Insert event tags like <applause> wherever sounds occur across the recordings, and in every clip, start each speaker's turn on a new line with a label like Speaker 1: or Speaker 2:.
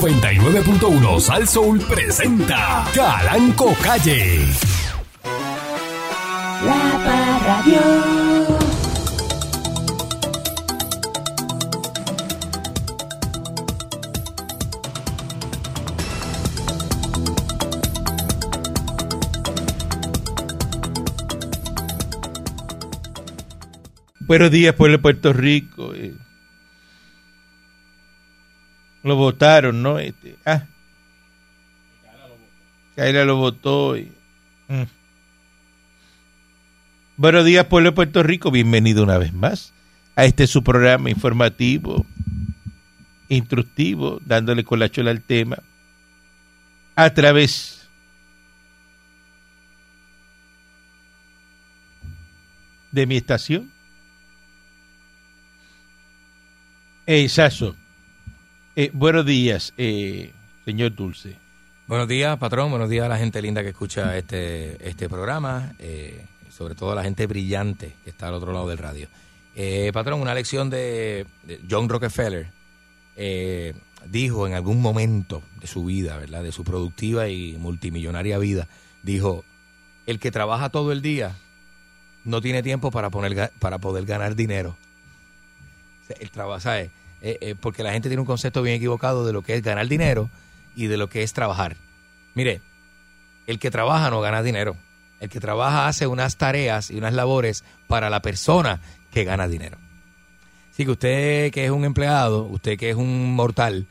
Speaker 1: 99.1 Sal Soul presenta Calanco Calle.
Speaker 2: La Parradio.
Speaker 3: Buenos días, pueblo de Puerto Rico. eh. Lo votaron, ¿no? Este, ah. Kaila lo votó. y- mm. Buenos días, pueblo de Puerto Rico. Bienvenido una vez más a este su programa informativo, instructivo, dándole colachola al tema. A través de mi estación, Eh, Sasso, eh, buenos días, eh, señor Dulce.
Speaker 4: Buenos días, patrón. Buenos días a la gente linda que escucha este, este programa, eh, sobre todo a la gente brillante que está al otro lado del radio. Eh, patrón, una lección de, de John Rockefeller eh, dijo en algún momento de su vida, ¿verdad? De su productiva y multimillonaria vida, dijo: el que trabaja todo el día no tiene tiempo para poner ga- para poder ganar dinero. O sea, el trabajo, ¿sabes? Eh, eh, porque la gente tiene un concepto bien equivocado de lo que es ganar dinero y de lo que es trabajar. Mire, el que trabaja no gana dinero. El que trabaja hace unas tareas y unas labores para la persona que gana dinero. Así que usted que es un empleado, usted que es un mortal,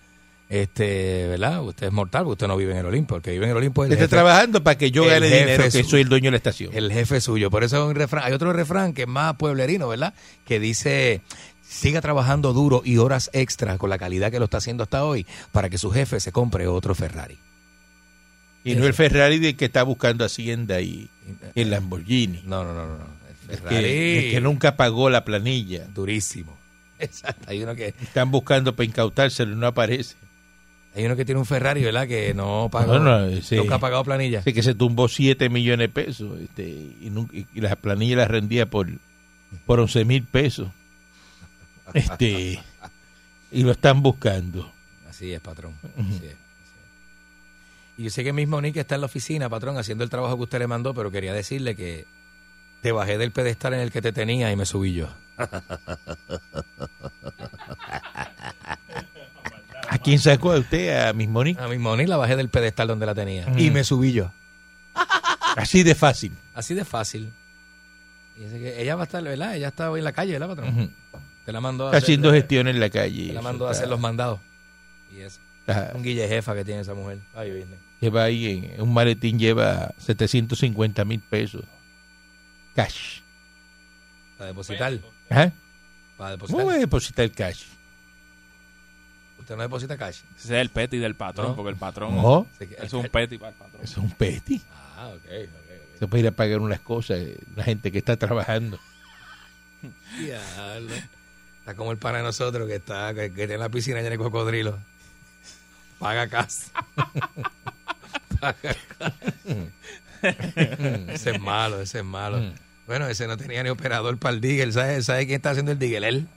Speaker 4: este, ¿verdad? Usted es mortal porque usted no vive en el Olimpo. El que vive en el Olimpo es el
Speaker 3: Está
Speaker 4: jefe.
Speaker 3: trabajando para que yo
Speaker 4: el
Speaker 3: gane
Speaker 4: jefe
Speaker 3: dinero, que
Speaker 4: es-
Speaker 3: soy el dueño de la estación.
Speaker 4: El jefe es suyo. Por eso hay, un refrán- hay otro refrán que es más pueblerino, ¿verdad? Que dice, siga trabajando duro y horas extras con la calidad que lo está haciendo hasta hoy para que su jefe se compre otro Ferrari.
Speaker 3: y no el Ferrari de que está buscando Hacienda y el Lamborghini,
Speaker 4: No, no, no, no. no. El
Speaker 3: el
Speaker 4: Ferrari.
Speaker 3: que, el que nunca pagó la planilla.
Speaker 4: Durísimo. <laughs> Exacto. Hay uno que
Speaker 3: Están buscando para incautárselo y no aparece.
Speaker 4: hay uno que tiene un Ferrari, ¿verdad? Que no pagó.
Speaker 3: No, no, sí.
Speaker 4: Nunca ha pagado planilla.
Speaker 3: Así que se tumbó 7 millones de pesos este, y, nunca- y las planillas las rendía por, por 11 mil pesos. Este, y lo están buscando.
Speaker 4: Así es, patrón. Así es, así es. Y yo sé que mismo Nick está en la oficina, patrón, haciendo el trabajo que usted le mandó, pero quería decirle que te bajé del pedestal en el que te tenía y me subí yo.
Speaker 3: ¿A quién sacó a usted? ¿A mis Monique?
Speaker 4: A mismo Nick la bajé del pedestal donde la tenía y me subí yo.
Speaker 3: Así de fácil.
Speaker 4: Así de fácil. Y dice que ella va a estar, ¿verdad? Ella está hoy en la calle, ¿verdad, patrón?
Speaker 3: Ujú.
Speaker 4: Te la mandó a
Speaker 3: Está
Speaker 4: hacer-
Speaker 3: haciendo gestión en la calle.
Speaker 4: Te la
Speaker 3: Eso
Speaker 4: mandó a
Speaker 3: está-
Speaker 4: hacer los mandados. Y eso.
Speaker 3: está-
Speaker 4: Un guille jefa que tiene esa mujer. Ay, business.
Speaker 3: lleva ahí en, en un maletín, lleva 750 mil pesos. Cash.
Speaker 4: Para depositar.
Speaker 3: Ajá.
Speaker 4: Para depositar.
Speaker 3: ¿Cómo voy a depositar el cash?
Speaker 4: Usted no deposita cash.
Speaker 5: Ese es el petty del patrón,
Speaker 4: No.
Speaker 5: porque el patrón
Speaker 3: No,
Speaker 4: Así que-
Speaker 5: es un petty para el patrón.
Speaker 3: eso es un petty.
Speaker 4: Ah, ok, ok,
Speaker 3: Se puede ir a pagar unas cosas, eh, la gente que está
Speaker 4: <laughs>
Speaker 3: trabajando.
Speaker 4: ok. Diablo. Está como el pana de nosotros que está que, que está en la piscina llena de cocodrilo. Paga casa. Paga casa. ese es malo, ese es malo. Bueno, ese no tenía ni operador para el digger. ¿Sabes sabe quién está haciendo el digger? Él.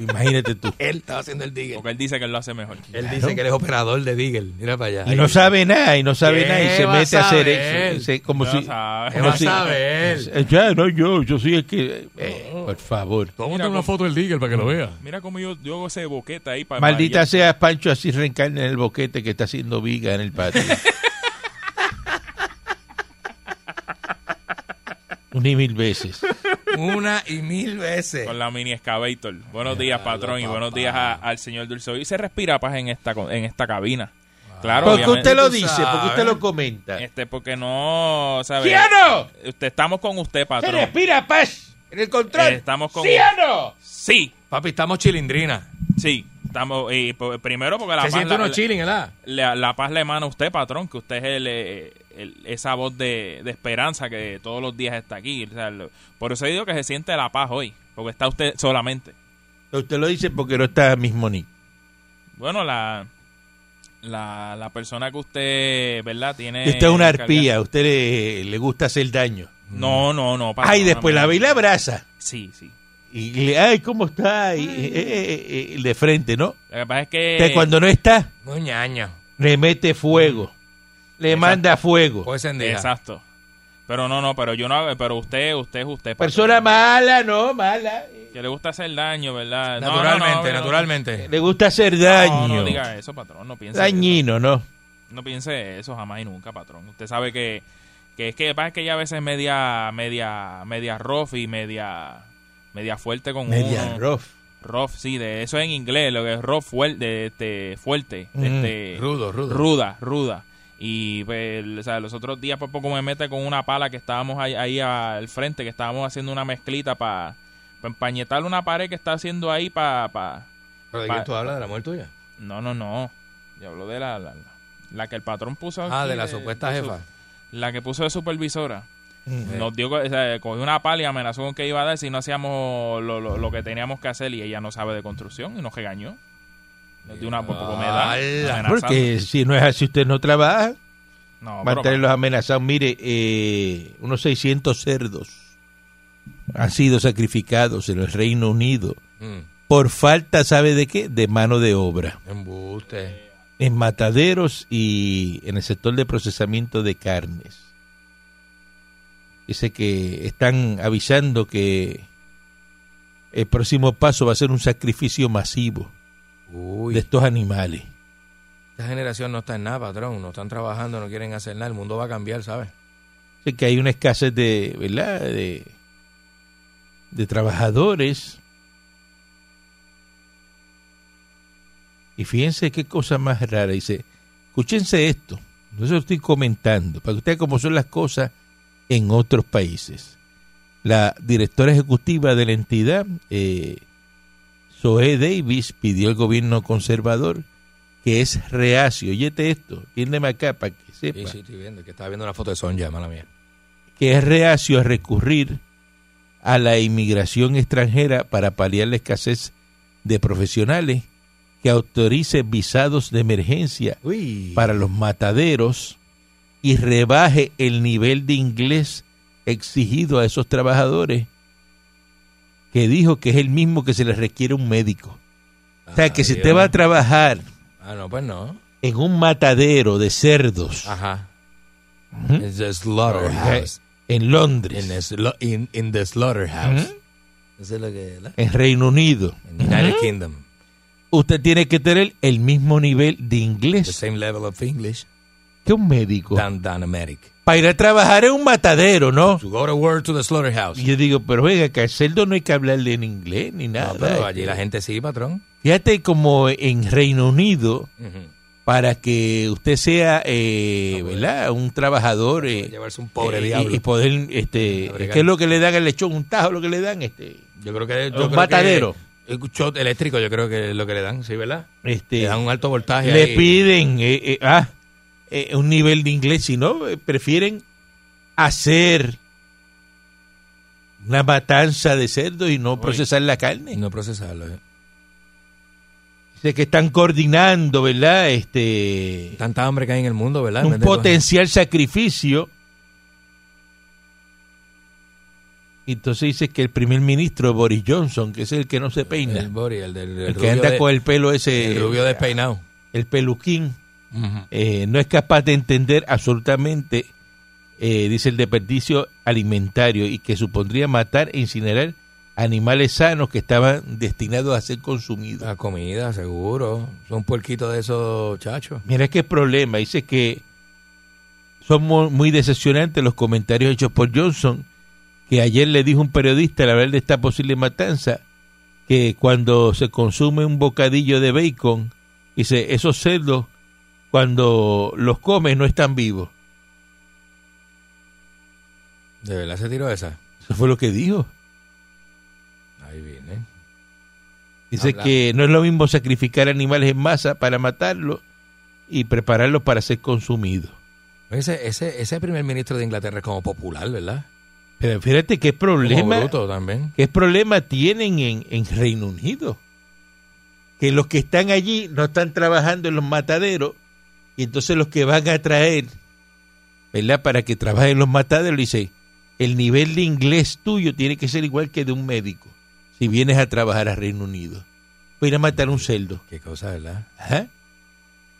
Speaker 3: Imagínate tú.
Speaker 4: Él estaba haciendo el digger.
Speaker 5: Porque él dice que él lo hace mejor.
Speaker 4: Él dice que él es operador de digger. Mira para allá.
Speaker 3: Y no sabe nada, y no sabe
Speaker 4: ¿Qué
Speaker 3: nada, y se
Speaker 4: va a
Speaker 3: mete a hacer
Speaker 4: saber?
Speaker 3: eso. Se- como
Speaker 5: No
Speaker 3: si,
Speaker 5: sabe. <laughs>
Speaker 4: ¿Qué va a saber?
Speaker 3: Eh, Ya, no, yo, yo soy el que... eh, por favor.
Speaker 5: Mira, cómo,
Speaker 4: foto del digger para que lo vea.
Speaker 5: mira cómo yo, yo hago ese boquete ahí para
Speaker 3: Maldita sea Pancho, así reencarna en el boquete que está haciendo viga en el patio. Una y mil veces.
Speaker 4: Una y mil veces.
Speaker 5: con la mini excavator. Buenos días, patrón, y buenos días a- al señor Dulce. Hoy se respira paz en esta, co- en esta cabina. Claro,
Speaker 3: ¿Por qué
Speaker 5: obviamente.
Speaker 3: usted lo
Speaker 4: Tú
Speaker 3: dice?
Speaker 4: sabes.
Speaker 3: ¿Por qué usted lo comenta?
Speaker 5: Este, porque no, ¿sabe?
Speaker 3: ¡Ciano!
Speaker 5: Usted, estamos con usted,
Speaker 3: ¡Se
Speaker 5: patrón.
Speaker 3: respira pues? paz! En el control.
Speaker 5: Eh, estamos con-
Speaker 3: ¡Ciano!
Speaker 5: Sí,
Speaker 4: Papi, estamos chilindrina.
Speaker 5: sí. Estamos, y, po- primero porque la
Speaker 4: Se
Speaker 5: paz...
Speaker 4: siente
Speaker 5: la-
Speaker 4: uno
Speaker 5: la-
Speaker 4: chilling, ¿verdad?
Speaker 5: la, la paz le emana a usted, patrón, que usted es el, eh, el- esa voz de, de esperanza que todos los días está aquí. O sea, lo- por eso digo que se siente la paz hoy, porque está usted solamente.
Speaker 3: Usted lo dice porque no está mismo ni.
Speaker 5: Bueno, la, la, la persona que usted, ¿verdad? Tiene...
Speaker 3: Usted es una
Speaker 5: encargada-
Speaker 3: arpía, a usted le, le gusta hacer daño.
Speaker 5: No, no, no. patrón,
Speaker 3: Ay, después
Speaker 5: no,
Speaker 3: la
Speaker 5: no.
Speaker 3: ve y la abraza.
Speaker 5: Sí, sí.
Speaker 3: Y le, ay, ¿cómo está? Y, eh, eh, eh, de frente, ¿no?
Speaker 5: Lo que pasa es que.
Speaker 3: Entonces, cuando no está,
Speaker 4: Muy ñaño.
Speaker 3: le mete fuego. Le
Speaker 4: Exacto.
Speaker 3: manda fuego.
Speaker 4: Puede ser de-
Speaker 5: Exacto. Pero no, no, pero yo no hago. Pero usted, usted es usted. patrón.
Speaker 3: Persona mala, no, mala. Eh,
Speaker 5: Que le gusta hacer daño, ¿verdad? No, no, no,
Speaker 4: Naturalmente,
Speaker 5: no, no.
Speaker 4: naturalmente.
Speaker 3: Le gusta hacer
Speaker 5: No,
Speaker 3: daño.
Speaker 5: no diga eso, patrón. No piense
Speaker 3: Dañino, ¿no?
Speaker 5: eso. No piense eso jamás y nunca, patrón. Usted sabe que. Que es que pasa es que ella a veces media. Media. Media rough y media. Media fuerte con
Speaker 3: Media
Speaker 5: uno.
Speaker 3: rough.
Speaker 5: Rough, sí, de eso en inglés, lo que es rough fuerte, de, este, fuerte, de,
Speaker 3: Mm,
Speaker 5: este,
Speaker 4: Rudo, eh, rudo.
Speaker 5: ruda, ruda. Y pues, o sea, los otros días por poco me mete con una pala que estábamos ahí, ahí al frente, que estábamos haciendo una mezclita para empañetar una pared que está haciendo ahí para...
Speaker 4: ¿Pero de
Speaker 5: Pa-
Speaker 4: quién tú hablas? ¿De la mujer tuya?
Speaker 5: No, no, no. Yo hablo de la, la, la- la que el patrón puso...
Speaker 4: Ah,
Speaker 5: aquí
Speaker 4: de la supuesta
Speaker 5: de su-
Speaker 4: jefa.
Speaker 5: La que puso de supervisora.
Speaker 3: Mm.
Speaker 5: Nos dio, o sea, cogió una pala y amenazó con que iba a dar si no hacíamos lo, lo- lo que teníamos que hacer y ella no sabe de construcción y nos regañó. Nos dio una por poco me da,
Speaker 4: Ala,
Speaker 5: amenazando.
Speaker 3: Porque si no es así, usted no trabaja.
Speaker 5: No,
Speaker 3: Van a
Speaker 5: pero-
Speaker 3: tener los amenazados. Mire, eh, unos 600 cerdos han sido sacrificados en el Reino Unido
Speaker 4: Mm,
Speaker 3: por falta, ¿sabe de qué? De mano de obra.
Speaker 4: embuste.
Speaker 3: En mataderos y en el sector de procesamiento de carnes. Dice que están avisando que el próximo paso va a ser un sacrificio masivo
Speaker 4: Uy,
Speaker 3: de estos animales.
Speaker 4: esta generación no está en nada, patrón. No están trabajando, no quieren hacer nada. El mundo va a cambiar, ¿sabes?
Speaker 3: Sé que hay una escasez de, ¿verdad? De, de trabajadores. Y fíjense qué cosa más rara. Dice, escúchense esto. Yo se lo estoy comentando para que ustedes cómo son las cosas en otros países. La directora ejecutiva de la entidad, eh, Zoe Davis, pidió al gobierno conservador que es reacio. Oyete esto, tiéndeme acá para que sepa
Speaker 4: Sí, pues. sí, estoy viendo. Que estaba viendo una foto de Sonja, mala mía.
Speaker 3: que es reacio a recurrir a la inmigración extranjera para paliar la escasez de profesionales, que autorice visados de emergencia
Speaker 4: Uy.
Speaker 3: para los mataderos y rebaje el nivel de inglés exigido a esos trabajadores, que dijo que es el mismo que se les requiere a un médico. O sea, que si usted va a trabajar
Speaker 4: Ah, no, pues no.
Speaker 3: en un matadero de cerdos
Speaker 4: Ajá.
Speaker 3: Ujú.
Speaker 4: In the slaughterhouse.
Speaker 3: en Londres,
Speaker 4: In the, sla- in, in the slaughterhouse. Eso es lo que... ¿verdad?
Speaker 3: en Reino Unido,
Speaker 4: In the United Kingdom.
Speaker 3: usted tiene que tener el mismo nivel de
Speaker 4: The
Speaker 3: inglés
Speaker 4: same level of English
Speaker 3: que un médico.
Speaker 4: than, than America.
Speaker 3: Para ir a trabajar en un matadero, ¿no?
Speaker 4: To go to work to the slaughterhouse.
Speaker 3: Y yo digo, pero venga, que al cerdo no hay que hablarle en inglés ni
Speaker 4: No,
Speaker 3: nada.
Speaker 4: pero allí la gente sí, patrón.
Speaker 3: Fíjate como en Reino Unido,
Speaker 4: Ujú.
Speaker 3: para que usted sea, eh,
Speaker 4: No, pues,
Speaker 3: ¿verdad? Un trabajador. eh,
Speaker 4: Llevarse un pobre
Speaker 3: eh,
Speaker 4: diablo.
Speaker 3: Y, y poder, este,
Speaker 4: Abregar.
Speaker 3: ¿qué es lo que le dan al lechón? Un tajo, lo que le dan, este,
Speaker 4: Yo creo que. yo
Speaker 3: Un
Speaker 4: creo
Speaker 3: matadero.
Speaker 4: que- Un shot eléctrico, yo creo que es lo que le dan, ¿sí, verdad?
Speaker 3: este.
Speaker 4: Le dan un alto voltaje.
Speaker 3: le
Speaker 4: ahí.
Speaker 3: piden eh, eh, ah, eh, un nivel de inglés, si no, eh, prefieren hacer una matanza de cerdo y no procesar la
Speaker 4: Y
Speaker 3: carne.
Speaker 4: No procesarlo. ¿eh?
Speaker 3: Dice que están coordinando, ¿verdad? Este
Speaker 4: Tanta hambre que hay en el mundo, ¿verdad? En
Speaker 3: un
Speaker 4: vez de coger-
Speaker 3: potencial sacrificio. Entonces dice que el primer ministro Boris Johnson, que es el que no se peina,
Speaker 4: El
Speaker 3: el,
Speaker 4: Bori, el del. el
Speaker 3: que
Speaker 4: rubio
Speaker 3: eh, anda
Speaker 4: de-
Speaker 3: con el pelo ese,
Speaker 4: el rubio despeinado.
Speaker 3: el peluquín,
Speaker 4: Ujú.
Speaker 3: eh, no es capaz de entender absolutamente, eh, dice el desperdicio alimentario, y que supondría matar e incinerar animales sanos que estaban destinados a ser consumidos.
Speaker 4: La comida, seguro. Son puerquitos de esos chachos.
Speaker 3: Mira qué problema, dice que son mu- muy decepcionantes los comentarios hechos por Johnson, que ayer le dijo un periodista al hablar de esta posible matanza, que cuando se consume un bocadillo de bacon, dice, esos cerdos cuando los comes no están vivos.
Speaker 4: De verdad se tiró esa.
Speaker 3: Eso fue lo que dijo.
Speaker 4: Ahí viene.
Speaker 3: Dice
Speaker 4: Hablando.
Speaker 3: que no es lo mismo sacrificar animales en masa para matarlos y prepararlos para ser consumidos.
Speaker 4: Ese, ese, ese primer ministro de Inglaterra es como popular, ¿verdad?
Speaker 3: Pero fíjate qué
Speaker 4: Como
Speaker 3: problema,
Speaker 4: bruto también.
Speaker 3: qué problema tienen en, en Reino Unido. Que los que están allí no están trabajando en los mataderos y entonces los que van a traer, ¿verdad? Para que trabajen en los mataderos, dice, el nivel de inglés tuyo tiene que ser igual que de un médico. si vienes a trabajar a Reino Unido. Voy a ir a matar un cerdo.
Speaker 4: Qué cosa, ¿verdad?
Speaker 3: Ajá.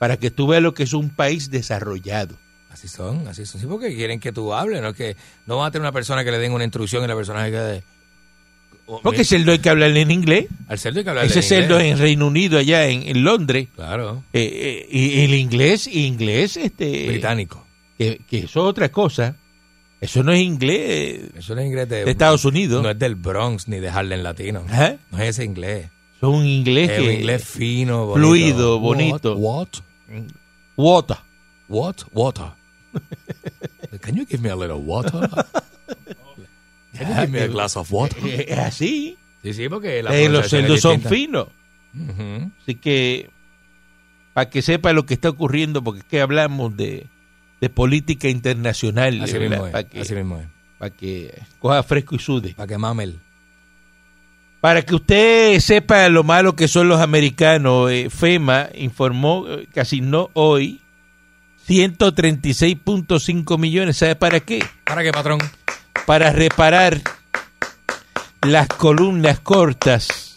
Speaker 3: Para que tú veas lo que es un país desarrollado.
Speaker 4: Así son, así son. Sí, porque quieren que tú hables, no es que no van a tener una persona que le den una instrucción y la persona que de...
Speaker 3: Porque cerdo hay que hablarle en inglés.
Speaker 4: eh, al cerdo hay que hablarle
Speaker 3: Ese
Speaker 4: en inglés.
Speaker 3: cerdo en Reino Unido, allá en, en Londres.
Speaker 4: Claro,
Speaker 3: eh, eh, y el inglés, inglés, este.
Speaker 4: británico.
Speaker 3: Que, que eso es otra cosa. Eso no es inglés
Speaker 4: Eso no es inglés de,
Speaker 3: de Estados Unidos.
Speaker 4: No es del Bronx ni de Harlem Latino.
Speaker 3: Ajá.
Speaker 4: No es ese inglés.
Speaker 3: Eso es un inglés
Speaker 4: Es
Speaker 3: que.
Speaker 4: un inglés fino, bonito.
Speaker 3: fluido, bonito.
Speaker 4: What?
Speaker 3: Water.
Speaker 4: What? What?
Speaker 3: <laughs>
Speaker 4: Water. Can you give me a little water? Can you give me a glass of water?
Speaker 3: Eh, Es así.
Speaker 4: Sí, sí, porque la
Speaker 3: Eh, los
Speaker 4: pronunciación
Speaker 3: cerdos
Speaker 4: es
Speaker 3: son
Speaker 4: distinta.
Speaker 3: finos.
Speaker 4: Ujú.
Speaker 3: Así que, para que sepa lo que está ocurriendo, porque es que hablamos de, de política internacional,
Speaker 4: Así mismo es.
Speaker 3: para
Speaker 4: Así
Speaker 3: que,
Speaker 4: mismo es.
Speaker 3: pa' que coja fresco y sude.
Speaker 4: Para que mamel.
Speaker 3: Para que usted sepa lo malo que son los americanos, eh, FEMA informó eh, que asignó hoy 136.5 millones. ¿Sabe para qué?
Speaker 4: ¿Para qué, patrón?
Speaker 3: Para reparar las columnas cortas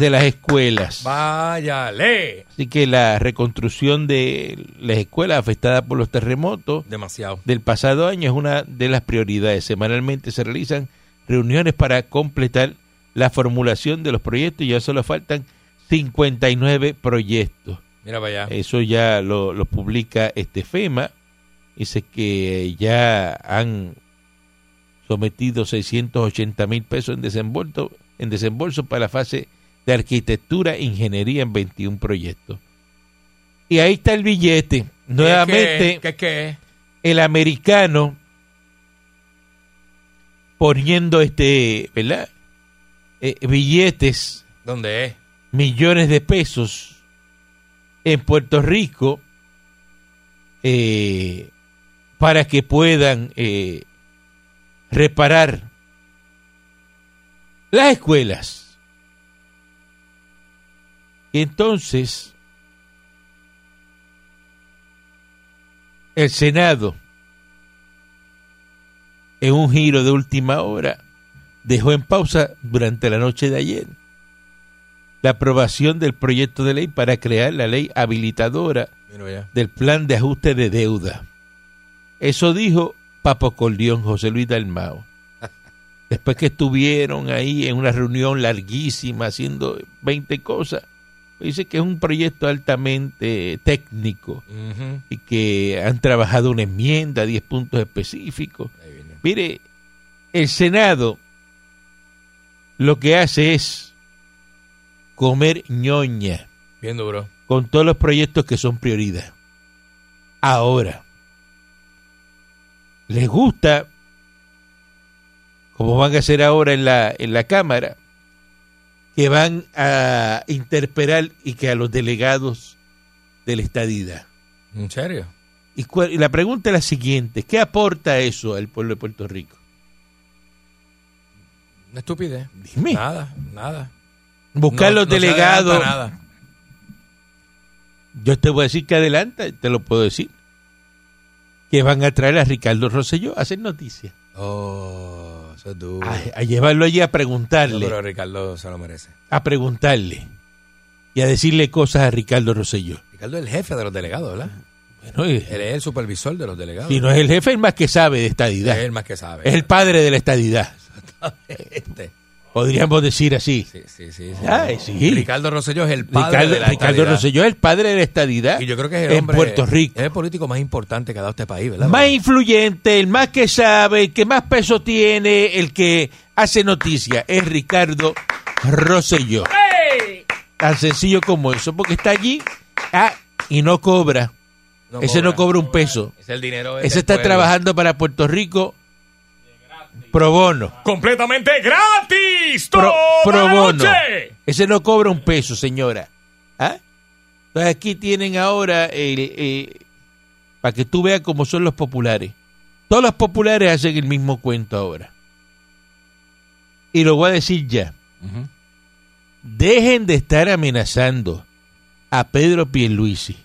Speaker 3: de las escuelas.
Speaker 4: Váyale.
Speaker 3: Así que la reconstrucción de las escuelas afectadas por los terremotos
Speaker 4: Demasiado.
Speaker 3: del pasado año es una de las prioridades. Semanalmente se realizan reuniones para completar la formulación de los proyectos y ya solo faltan 59 proyectos.
Speaker 4: Mira para allá.
Speaker 3: Eso ya lo, lo publica este FEMA. Dice que ya han sometido 680 mil pesos en desembolso, en desembolso para la fase de arquitectura e ingeniería en 21 proyectos. Y ahí está el billete. Nuevamente,
Speaker 4: ¿Qué, qué, qué?
Speaker 3: el americano poniendo este, ¿verdad? Eh, billetes
Speaker 4: ¿Dónde es?
Speaker 3: millones de pesos en Puerto Rico eh, para que puedan eh, reparar las escuelas. Y entonces, el Senado, en un giro de última hora, dejó en pausa durante la noche de ayer la aprobación del proyecto de ley para crear la ley habilitadora
Speaker 4: Mira para allá.
Speaker 3: del plan de ajuste de deuda. Eso dijo Papo Cordión, José Luis Dalmao. Después que estuvieron ahí en una reunión larguísima haciendo 20 cosas, dice que es un proyecto altamente técnico
Speaker 4: Ujú.
Speaker 3: y que han trabajado una enmienda, 10 puntos específicos.
Speaker 4: Ahí viene.
Speaker 3: Mire, el Senado lo que hace es comer ñoña
Speaker 4: Bien duro.
Speaker 3: con todos los proyectos que son prioridad. Ahora, les gusta, como van a hacer ahora en la, en la Cámara, que van a interpelar y que a los delegados de la estadidad.
Speaker 4: ¿En serio?
Speaker 3: Y, cuál- y la pregunta es la siguiente, ¿qué aporta eso al pueblo de Puerto Rico?
Speaker 4: Una estupidez.
Speaker 3: Dime.
Speaker 4: Nada, nada.
Speaker 3: Buscar
Speaker 4: No-
Speaker 3: los
Speaker 4: no se
Speaker 3: delegados.
Speaker 4: adelanta nada.
Speaker 3: Yo te voy a decir que adelanta, te lo puedo decir. Que van a traer a Ricardo Rosselló a hacer noticias.
Speaker 4: Oh, eso es duro.
Speaker 3: A, a llevarlo allí a
Speaker 4: No,
Speaker 3: preguntarle.
Speaker 4: pero Ricardo se lo merece.
Speaker 3: A preguntarle. Y a decirle cosas a Ricardo Rosselló.
Speaker 4: Ricardo es el jefe de los delegados, ¿verdad?
Speaker 3: Bueno, eh,
Speaker 4: Él es el supervisor de los delegados.
Speaker 3: si no es el jefe, el más que sabe de
Speaker 4: es
Speaker 3: estadidad.
Speaker 4: el más que sabe.
Speaker 3: Es el padre de la estadidad.
Speaker 4: Este.
Speaker 3: Podríamos decir así.
Speaker 4: Sí, sí, sí. sí.
Speaker 3: Ay, sí.
Speaker 4: Ricardo Rosselló es el padre
Speaker 3: Ricardo,
Speaker 4: de la
Speaker 3: Ricardo
Speaker 4: estadidad.
Speaker 3: Rosselló es el padre de la estadidad
Speaker 4: Y yo creo que es el
Speaker 3: ¿Eh? en
Speaker 4: hombre-
Speaker 3: Puerto Rico.
Speaker 4: Es el político más importante que ha dado este país, ¿verdad?
Speaker 3: más influyente, el más que sabe, el que más peso tiene, el que hace noticia, es Ricardo Rosselló. Tan sencillo como eso, porque está allí ah, y no cobra.
Speaker 4: No
Speaker 3: Ese no cobra un peso.
Speaker 4: Es el dinero. del
Speaker 3: Ese está
Speaker 4: pueblo.
Speaker 3: trabajando para Puerto Rico pro bono.
Speaker 1: Completamente gratis.
Speaker 3: Pro, pro
Speaker 1: la
Speaker 3: bono.
Speaker 1: noche.
Speaker 3: Ese no cobra un peso, señora. ¿Ah? Entonces aquí tienen ahora, el, eh, para que tú veas cómo son los populares. Todos los populares hacen el mismo cuento ahora. Y lo voy a decir ya.
Speaker 4: Ujú.
Speaker 3: Dejen de estar amenazando a Pedro Pierluisi.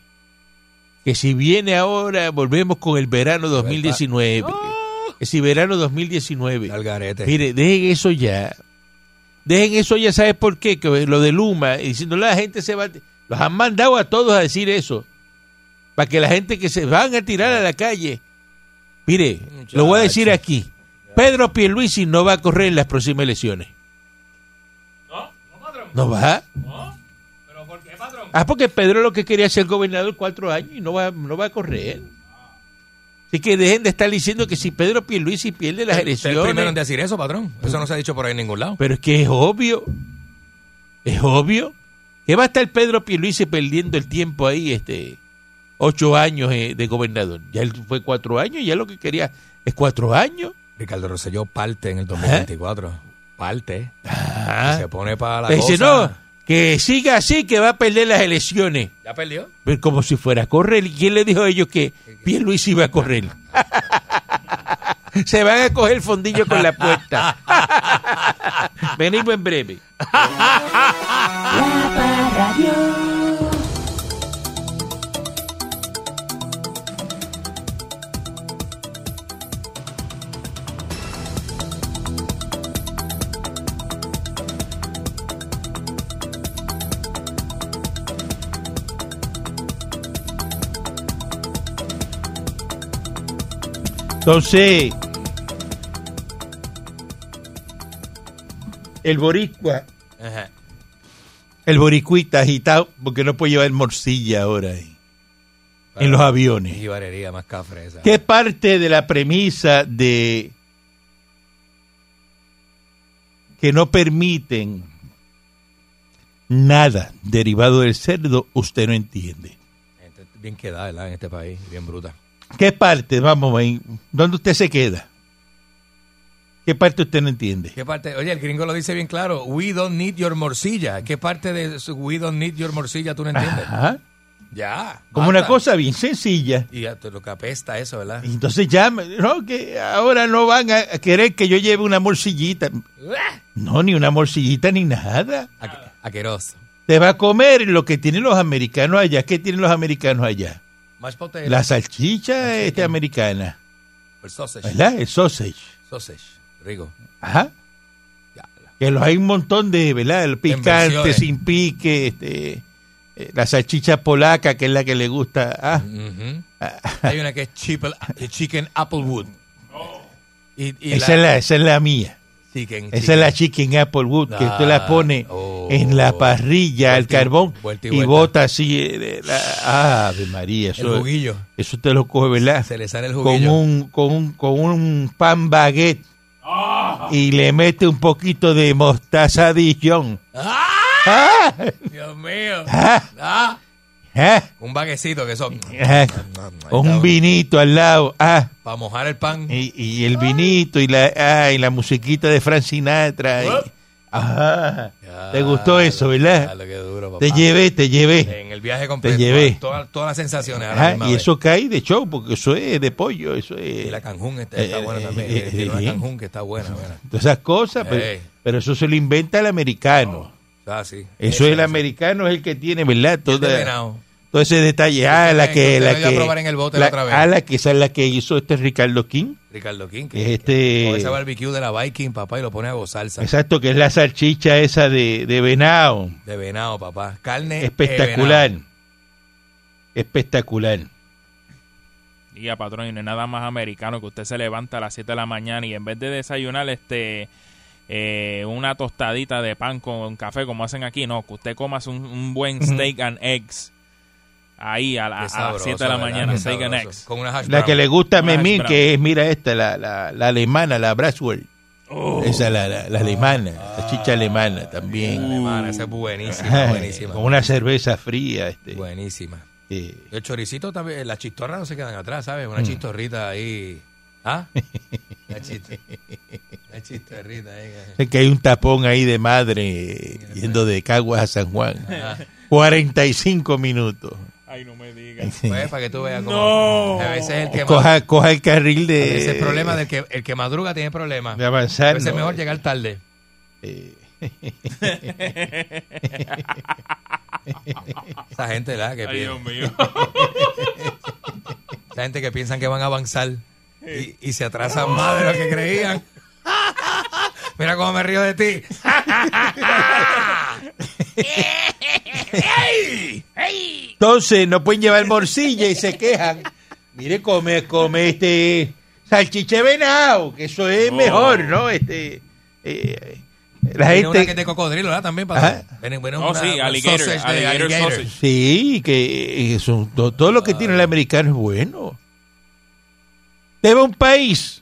Speaker 3: Que si viene ahora, volvemos con el verano 2019. Que si verano 2019.
Speaker 4: Al garete.
Speaker 3: Mire, dejen eso ya. Dejen eso ya, ¿sabes por qué? Que lo de Luma, y diciendo la gente se va. Los han mandado a todos a decir eso. Para que la gente que se van a tirar a la calle. Mire, lo voy a decir
Speaker 4: Muchacho.
Speaker 3: aquí. Pedro Pierluisi no va a correr en las próximas elecciones.
Speaker 5: No, no, patrón.
Speaker 3: ¿No va?
Speaker 5: No. ¿Pero por qué, patrón?
Speaker 3: Ah, porque Pedro lo que quería es ser gobernador cuatro años y no va, no va a correr. Así que dejen de estar diciendo que si Pedro Pierluisi pierde las
Speaker 4: Usted es el primero en
Speaker 3: elecciones...
Speaker 4: decir eso, patrón. Eso no se ha dicho por ahí en ningún lado.
Speaker 3: Pero es que es obvio. Es obvio. Que va a estar Pedro Pierluisi perdiendo el tiempo ahí, este, ocho años eh, de gobernador. Ya él fue cuatro años, ya lo que quería es cuatro años.
Speaker 4: Ricardo Rosselló parte
Speaker 3: ¿Eh?
Speaker 4: en el 2024. Parte.
Speaker 3: Ah.
Speaker 4: Se pone para la
Speaker 3: Le dice,
Speaker 4: cosa.
Speaker 3: no, que siga así, que va a perder las elecciones.
Speaker 4: ¿Ya perdió?
Speaker 3: Pero como si fuera a correr. ¿Y quién le dijo a ellos que Pierluisi iba a correr? <laughs> Se van a coger el fondillo con la puerta. <laughs> Venimos en breve.
Speaker 2: La Parradio.
Speaker 3: Entonces, el boricua,
Speaker 4: Ajá.
Speaker 3: el boricuita agitado, porque no puede llevar morcilla ahora ahí, en los aviones.
Speaker 4: Y varería más cafre esa.
Speaker 3: ¿Qué parte de la premisa de que no permiten nada derivado del cerdo usted no entiende?
Speaker 4: Gente Bien quedada, ¿verdad? En este país. Bien bruta.
Speaker 3: ¿Qué parte, vamos, ahí, dónde usted se queda? ¿Qué parte usted no entiende?
Speaker 4: ¿Qué parte? Oye, el gringo lo dice bien claro. We don't need your morcilla. ¿Qué parte de su we don't need your morcilla tú no entiendes?
Speaker 3: Ajá.
Speaker 4: Ya.
Speaker 3: Como
Speaker 4: basta.
Speaker 3: una cosa bien sencilla.
Speaker 4: Y ya, te- lo que apesta eso, ¿verdad?
Speaker 3: Y entonces ya, me- no, que ahora no van a a querer que yo lleve una morcillita. No, ni una morcillita ni nada.
Speaker 4: Aque- Aqueroso.
Speaker 3: Te va a comer lo que tienen los americanos allá. ¿Qué tienen los americanos allá?
Speaker 4: Mashed potato.
Speaker 3: La salchicha este, americana,
Speaker 4: El sausage.
Speaker 3: ¿verdad? El sausage.
Speaker 4: Sausage. Rico.
Speaker 3: Ajá.
Speaker 4: Ya, la-
Speaker 3: Que los hay un montón de, ¿verdad? El picante,
Speaker 4: versiones.
Speaker 3: sin pique, este, eh, la salchicha polaca, que es la que le gusta. Ah,
Speaker 4: Ujú. <laughs> Hay una que es chiple- chicken applewood. Oh. Y, y
Speaker 3: esa, es la, esa es la mía.
Speaker 4: chicken,
Speaker 3: Esa
Speaker 4: chicken.
Speaker 3: es la chicken Applewood, que usted la
Speaker 4: Ah,
Speaker 3: pone
Speaker 4: oh.
Speaker 3: en la parrilla, al
Speaker 4: Vuelta y-
Speaker 3: carbón,
Speaker 4: vuelta y
Speaker 3: y
Speaker 4: vuelta.
Speaker 3: bota así. eh, de la- Ave María,
Speaker 4: El
Speaker 3: eso,
Speaker 4: juguillo.
Speaker 3: eso usted lo coge, ¿verdad?
Speaker 4: Se le sale el
Speaker 3: con
Speaker 4: juguillo.
Speaker 3: un, con un, con un pan baguette y le mete un poquito de mostaza Dijon.
Speaker 4: ¡Ah!
Speaker 3: ¡Ah!
Speaker 4: Dios mío.
Speaker 3: ¡Ah!
Speaker 4: ¡Ah!
Speaker 3: ¡Ah!
Speaker 4: Un baguecito que son.
Speaker 3: ¡Ah! Un vinito al lado. ¡Ah!
Speaker 4: Para mojar el pan.
Speaker 3: Y, y el vinito y la, ah, y la musiquita de Frank Sinatra. y- ¡Ah! ¿Te gustó eso,
Speaker 4: Ya,
Speaker 3: verdad?
Speaker 4: Ah, lo que duro, papá.
Speaker 3: Te llevé, te llevé.
Speaker 4: En el viaje completo.
Speaker 3: llevé.
Speaker 4: todas- Todas todas las sensaciones. a la
Speaker 3: Ajá,
Speaker 4: misma
Speaker 3: y
Speaker 4: vez.
Speaker 3: eso cae de show, porque eso es de pollo, eso
Speaker 4: Y
Speaker 3: es...
Speaker 4: la canjún está, está
Speaker 3: Eh,
Speaker 4: buena
Speaker 3: eh,
Speaker 4: también.
Speaker 3: eh,
Speaker 4: Tiene una
Speaker 3: eh,
Speaker 4: canjún que está buena. buena.
Speaker 3: Todas esas cosas,
Speaker 4: Ey.
Speaker 3: pero, pero eso se lo inventa el americano.
Speaker 4: Ah, sí.
Speaker 3: Eso es el americano, es el que tiene,
Speaker 4: de
Speaker 3: ¿verdad? Toda,
Speaker 4: este venado.
Speaker 3: todo ese detalle. Ah, la que.
Speaker 4: usted
Speaker 3: La
Speaker 4: lo iba a
Speaker 3: que
Speaker 4: probar en el bote
Speaker 3: la-
Speaker 4: la otra vez.
Speaker 3: Ah, la que, esa es la que hizo este Ricardo King.
Speaker 4: Ricardo King.
Speaker 3: que es
Speaker 4: que-
Speaker 3: este.
Speaker 4: Con ese barbecue de la Viking, papá, y lo pone a gozar salsa
Speaker 3: Exacto, que es la salchicha esa de, de venado.
Speaker 4: de venado, papá. Carne de
Speaker 3: Espectacular. Espectacular.
Speaker 5: Diga, patrón, y no es nada más americano que usted se levanta a las 7 de la mañana y en vez de desayunar este eh, una tostadita de pan con café como hacen aquí, no, que usted comas un, un buen steak and eggs ahí a, la-
Speaker 4: venado. Qué
Speaker 5: a las
Speaker 4: sabroso,
Speaker 5: 7 de la
Speaker 4: ¿verdad?
Speaker 5: mañana,
Speaker 4: Qué
Speaker 5: steak and
Speaker 4: sabroso.
Speaker 5: eggs.
Speaker 4: Con una hash
Speaker 3: La que
Speaker 4: brown.
Speaker 3: le gusta a
Speaker 5: Max
Speaker 3: Memín,
Speaker 5: Brown.
Speaker 3: que es, mira esta, la, la, la alemana, la Braswell.
Speaker 4: Oh.
Speaker 3: Esa, la, la, la alemana,
Speaker 4: Ah.
Speaker 3: la chicha alemana también.
Speaker 4: Alemana, esa es buenísima,
Speaker 3: <laughs> Ajá,
Speaker 4: Ah, buenísima.
Speaker 3: Con una cerveza fría. Este,
Speaker 4: Buenísima.
Speaker 3: eh,
Speaker 4: El choricito también, las chistorras no se quedan atrás, ¿sabes?
Speaker 3: Mm.
Speaker 4: Una chistorrita ahí.
Speaker 3: <laughs>
Speaker 4: ¿Ah? La, chist- la chistorrita ahí.
Speaker 3: Sé que hay un tapón ahí de madre eh, yendo de Caguas a
Speaker 4: <laughs>
Speaker 3: San Juan.
Speaker 4: Ah.
Speaker 3: 45 minutos.
Speaker 5: Ay, no me digas.
Speaker 4: Pues, para que tú veas cómo.
Speaker 5: No.
Speaker 4: A veces el que, ma-
Speaker 3: Coja, coja el carril
Speaker 4: a veces
Speaker 3: de,
Speaker 4: el problema del que, el que madruga tiene problemas.
Speaker 3: de
Speaker 4: A
Speaker 3: avanzar.
Speaker 4: veces es
Speaker 3: ¿no?
Speaker 4: mejor llegar tarde.
Speaker 3: Eh,
Speaker 4: Esa gente, ¿verdad?
Speaker 5: Ay,
Speaker 4: Que piensa-
Speaker 5: Dios mío.
Speaker 4: esa gente
Speaker 5: <laughs>
Speaker 4: que piensan que van a avanzar y, y se atrasan más de lo que creían. Mira cómo me río de ti.
Speaker 3: Entonces no pueden llevar morcilla y se quejan. Mire, come, come este salchiche venado, que eso es
Speaker 5: Oh.
Speaker 3: mejor, ¿no? Este, eh, la
Speaker 4: Tiene una que es
Speaker 3: gente...
Speaker 4: de cocodrilo, ¿verdad? También, patrón.
Speaker 3: Ajá.
Speaker 4: Viene- viene
Speaker 5: Oh,
Speaker 4: una-
Speaker 5: sí,
Speaker 4: un
Speaker 5: alligator,
Speaker 4: sausage de
Speaker 5: alligator sausage.
Speaker 3: Sí, que eh, son- to- todo lo que
Speaker 4: Ah.
Speaker 3: tiene el americano es bueno. Usted va a un país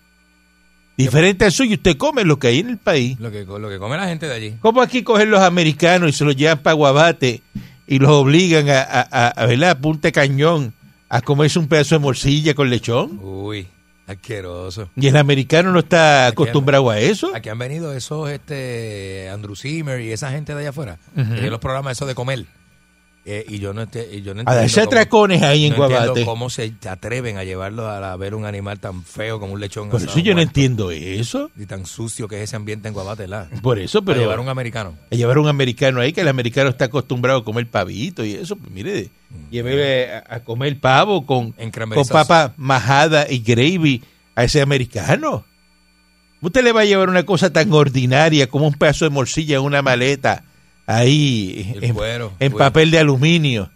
Speaker 3: diferente al suyo, usted come lo que hay en el país.
Speaker 4: Lo que, lo que come la gente de allí.
Speaker 3: ¿Cómo aquí cogen los americanos y se los llevan para Guabate y los obligan a, a, a, a, ¿verdad? a punta de cañón a comerse un pedazo de morcilla con lechón?
Speaker 4: Uy, asqueroso.
Speaker 3: Y el americano no está acostumbrado a eso.
Speaker 4: Aquí han venido esos este Andrew Zimmer y esa gente de allá afuera. Tienen los programas esos de comer. Eh, y yo no, enti- y yo no
Speaker 3: A
Speaker 4: entiendo.
Speaker 3: darse
Speaker 4: cómo-
Speaker 3: atracones ahí en
Speaker 4: no entiendo
Speaker 3: Guabate.
Speaker 4: cómo se atreven a llevarlo a, la- a ver un animal tan feo como un lechón.
Speaker 3: Por
Speaker 4: asado,
Speaker 3: eso yo no
Speaker 4: muerto,
Speaker 3: entiendo eso.
Speaker 4: Y tan sucio que es ese ambiente en Guabate, ¿verdad?
Speaker 3: Por eso,
Speaker 4: Para
Speaker 3: pero
Speaker 4: llevar un americano.
Speaker 3: a llevar un americano ahí, que el americano está acostumbrado a comer pavito y eso, pues mire, lleve a, a comer pavo con,
Speaker 4: Mm. En
Speaker 3: con papa majada y gravy a ese americano. Usted le va a llevar una cosa tan ordinaria como un pedazo de morcilla en una maleta ahí
Speaker 4: El
Speaker 3: en,
Speaker 4: cuero.
Speaker 3: en
Speaker 4: Uy,
Speaker 3: papel de aluminio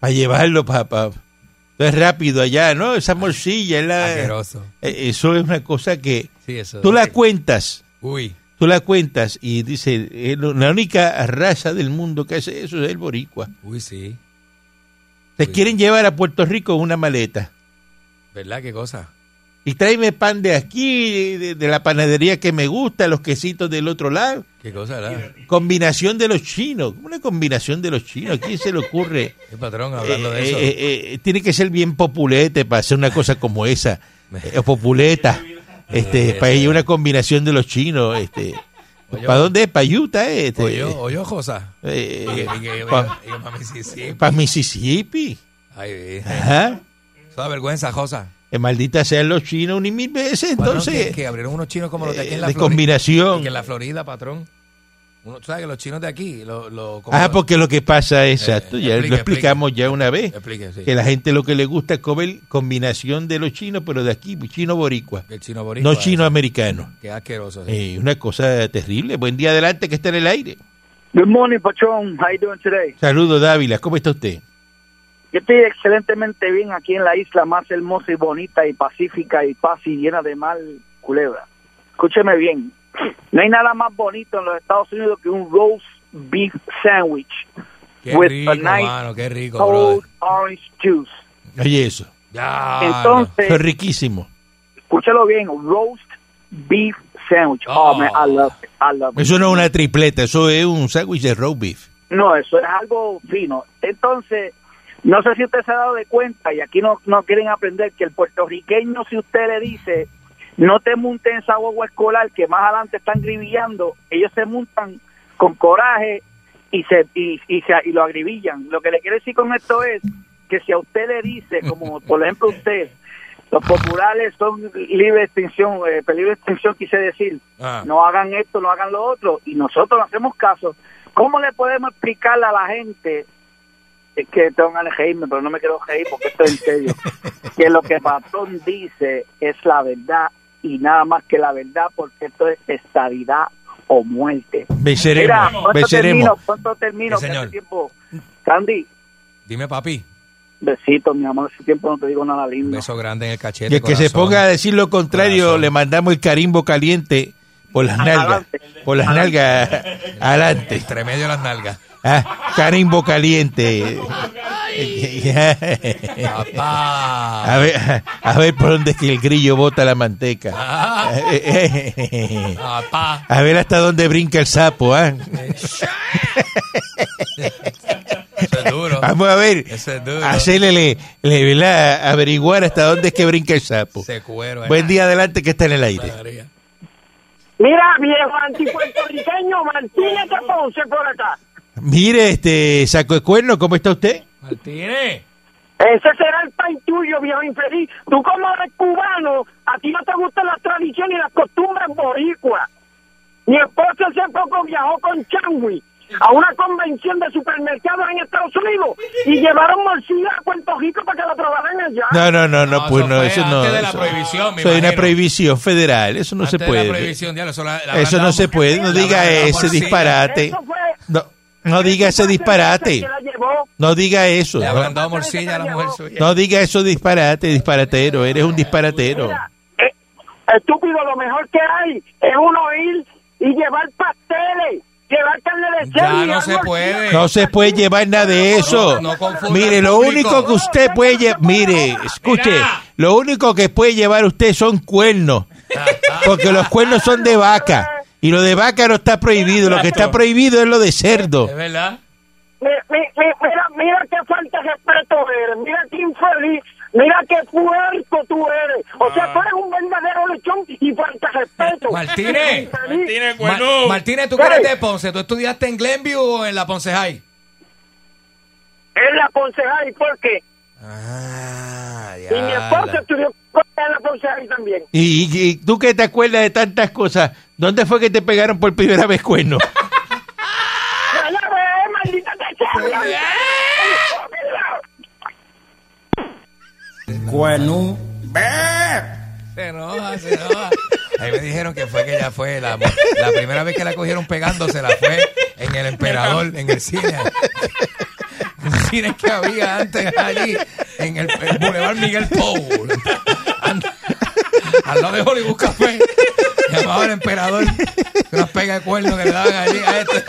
Speaker 3: para llevarlo para entonces rápido allá, ¿no? Esa morcilla es la-
Speaker 4: Asqueroso.
Speaker 3: eh, eso es una cosa que
Speaker 4: Sí, eso.
Speaker 3: tú la cuentas,
Speaker 4: Uy.
Speaker 3: tú la cuentas y dice eh, lo- la única raza del mundo que hace eso es el boricua.
Speaker 4: Uy, sí.
Speaker 3: Te
Speaker 4: Sí.
Speaker 3: quieren llevar a Puerto Rico en una maleta.
Speaker 4: ¿Verdad? ¿Qué cosa?
Speaker 3: Y tráeme pan de aquí, de, de la panadería que me gusta, los quesitos del otro lado.
Speaker 4: ¿Qué cosa, verdad?
Speaker 3: Combinación de los chinos. ¿Cómo Una combinación de los chinos. ¿A quién se le ocurre?
Speaker 4: El patrón <laughs> hablando de
Speaker 3: Eh,
Speaker 4: eso.
Speaker 3: eh, eh, eh, tiene que ser bien populete para hacer una cosa como esa. Eh, o populeta. Este, para ella una combinación de los chinos. Este.
Speaker 4: Oye,
Speaker 3: ¿Para dónde es? ¿Para Utah? eh, Este,
Speaker 4: oye, oye, Josa.
Speaker 3: eh,
Speaker 4: pues Y- y- y- y-
Speaker 3: pa-
Speaker 4: y- mami, sí, sí.
Speaker 3: ¿Para Mississippi?
Speaker 4: Ay, eh,
Speaker 3: Ajá.
Speaker 4: eso da vergüenza, Josa.
Speaker 3: Eh, maldita sean los chinos un y mil veces.
Speaker 4: Patrón,
Speaker 3: Entonces,
Speaker 4: que, que abrieron unos chinos como los de aquí
Speaker 3: eh,
Speaker 4: en la
Speaker 3: de
Speaker 4: Florida.
Speaker 3: combinación.
Speaker 4: Que en la Florida, patrón. Uno, tú ¿Sabes que los chinos de aquí? Lo, lo- como- Eh,
Speaker 3: Ah, porque lo que pasa es, exacto, ya
Speaker 4: explique,
Speaker 3: lo explicamos ya una vez,
Speaker 4: Explique, sí.
Speaker 3: que la gente lo que le gusta es comer combinación de los chinos, pero de aquí, chino boricua,
Speaker 4: El chino boricua.
Speaker 3: no chino americano.
Speaker 4: Qué asqueroso. sí.
Speaker 3: Eh, una cosa terrible. Buen día adelante que está en el aire.
Speaker 6: Good morning, Pachón. How you doing today?
Speaker 3: Saludos, Dávila. ¿Cómo está usted?
Speaker 6: Yo estoy excelentemente bien aquí en la isla más hermosa y bonita y pacífica y paz y llena de mal culebra. Escúcheme bien. No hay nada más bonito en los Estados Unidos que un roast beef sandwich
Speaker 4: Qué
Speaker 6: with
Speaker 4: rico,
Speaker 6: a nice
Speaker 4: mano, qué rico,
Speaker 6: cold
Speaker 4: brother.
Speaker 6: orange juice.
Speaker 3: Oye, eso.
Speaker 4: Ya,
Speaker 6: Entonces,
Speaker 3: Fue riquísimo.
Speaker 6: escúchalo bien, roast beef sandwich. Oh,
Speaker 4: Oh.
Speaker 6: man, I love it. I love it.
Speaker 3: Eso no es una tripleta, eso es un sándwich de roast beef.
Speaker 6: No, eso es algo fino. Entonces, no sé si usted se ha dado de cuenta, y aquí no, no quieren aprender, que el puertorriqueño, si usted le dice, no te montes en esa guagua escolar que más adelante están gribillando, ellos se montan con coraje y se y, y se- y lo agribillan. Lo que le quiero decir con esto es que si a usted le dice, como por ejemplo usted, los populares son libre de extinción, eh, peligro de extinción quise decir,
Speaker 4: Ah.
Speaker 6: no hagan esto, no hagan lo otro, y nosotros no hacemos caso. ¿Cómo le podemos explicarle a la gente? Es que tengo ganas de reírme, pero no me quiero reír porque estoy en
Speaker 4: <laughs>
Speaker 6: serio. que lo que Patrón dice es la verdad y nada más que la verdad, porque esto es estabilidad o muerte. Mira,
Speaker 3: Beceremos,
Speaker 6: ¿cuánto termino?
Speaker 3: beceremos.
Speaker 6: ¿Cuánto termino?
Speaker 4: Sí,
Speaker 6: Que hace
Speaker 4: señor.
Speaker 6: tiempo? Candy,
Speaker 4: Dime, papi.
Speaker 6: besito, mi amor, hace tiempo no te digo nada
Speaker 4: Un
Speaker 6: lindo.
Speaker 4: beso grande en el cachete.
Speaker 3: Y el que se
Speaker 4: corazón.
Speaker 3: ponga a decir lo contrario,
Speaker 4: Corazón.
Speaker 3: le mandamos el carimbo caliente por las nalgas.
Speaker 6: Adelante.
Speaker 3: Por las nalgas. Adelante.
Speaker 4: Entre medio de las nalgas.
Speaker 3: Ah, carimbo caliente.
Speaker 4: Papá.
Speaker 3: <laughs> A ver, a ver por dónde es que el grillo bota la manteca.
Speaker 4: Ah,
Speaker 3: A
Speaker 4: Papá.
Speaker 3: ver hasta dónde brinca el sapo. ¿ah?
Speaker 4: Eso es duro.
Speaker 3: Vamos a ver.
Speaker 4: Eso es duro.
Speaker 3: Hacerle, le- le- ¿verdad? averiguar hasta dónde es que brinca el sapo.
Speaker 4: Ese cuero. eh.
Speaker 3: Buen día adelante que está en el aire.
Speaker 4: María.
Speaker 7: Mira, viejo antipuertorriqueño, Martínez de Ponce por acá.
Speaker 3: Mire, este saco de cuerno, ¿cómo está usted?
Speaker 4: Martínez.
Speaker 7: Ese será el país tuyo, viejo infeliz. Tú como eres cubano, a ti no te gustan las tradiciones y las costumbres boricuas. Mi esposa hace poco viajó con Changui a una convención de supermercados en Estados Unidos y llevaron morcilla a Puerto Rico para que la probaran allá.
Speaker 3: No, no, no, no, pues no,
Speaker 4: fue
Speaker 3: eso
Speaker 4: antes
Speaker 3: no.
Speaker 4: de la
Speaker 3: eso-
Speaker 4: prohibición, me
Speaker 3: eso hay una
Speaker 4: imagino.
Speaker 3: prohibición federal, eso no
Speaker 4: Antes
Speaker 3: se
Speaker 4: de
Speaker 3: puede.
Speaker 4: la prohibición, diablo, eso la- la
Speaker 3: eso
Speaker 4: habrán
Speaker 3: no
Speaker 4: dado
Speaker 3: se
Speaker 4: por-
Speaker 3: puede, no
Speaker 4: la
Speaker 3: diga
Speaker 4: habrán dado
Speaker 3: ese
Speaker 4: por sí.
Speaker 3: disparate.
Speaker 7: Eso fue-
Speaker 3: No, no diga ese disparate,
Speaker 7: Que la llevó.
Speaker 3: no diga eso.
Speaker 4: Le habrán dado
Speaker 7: Eso fue-
Speaker 4: morcilla a la mujer suya.
Speaker 3: No diga eso disparate, disparatero, eres un disparatero.
Speaker 7: Mira, eh, estúpido, lo mejor que hay es uno ir y llevar pasteles, llevar carne de
Speaker 4: Ya
Speaker 7: cerdo y
Speaker 4: no
Speaker 7: llevar
Speaker 4: se
Speaker 7: morcilla.
Speaker 4: puede.
Speaker 3: No se puede llevar nada de eso.
Speaker 4: No, no confunda
Speaker 3: Mire,
Speaker 4: al
Speaker 3: lo
Speaker 4: público.
Speaker 3: único que usted puede llevar, mire, escuche, lo único que puede llevar usted son cuernos, porque los cuernos son de vaca y lo de vaca no está prohibido, lo que está prohibido es lo de cerdo.
Speaker 4: Es verdad.
Speaker 7: Mi- mi- mi- Mira, mira qué falta de respeto eres, mira qué infeliz, mira qué puerco tú eres. O sea, tú eres un verdadero lechón y falta de respeto.
Speaker 4: Martínez.
Speaker 7: Infeliz.
Speaker 5: Martínez,
Speaker 4: Ma-
Speaker 5: bueno.
Speaker 4: Martínez, tú que eres
Speaker 7: Sí.
Speaker 4: de Ponce, ¿tú estudiaste en Glenview o en la Ponce High?
Speaker 7: Es la concejal, ¿por qué?
Speaker 4: Ah,
Speaker 7: Y mi esposa estudió en la concejal también.
Speaker 3: Y, y tú que te acuerdas de tantas cosas, ¿dónde fue que te pegaron por primera
Speaker 5: <laughs>
Speaker 3: vez cuerno?
Speaker 7: ¡Vaya, ve, maldita te echaron!
Speaker 1: Cuenu.
Speaker 4: Se enoja, se enoja. Ahí me dijeron que fue que ya fue la, la primera vez que la cogieron pegándose la fue en el emperador, en el cine. Un cine que había antes allí, en el, el Boulevard Miguel Pou. And- al lado de Hollywood Café. Llamaba el emperador. Unas pega de cuerno que le daban allí a este.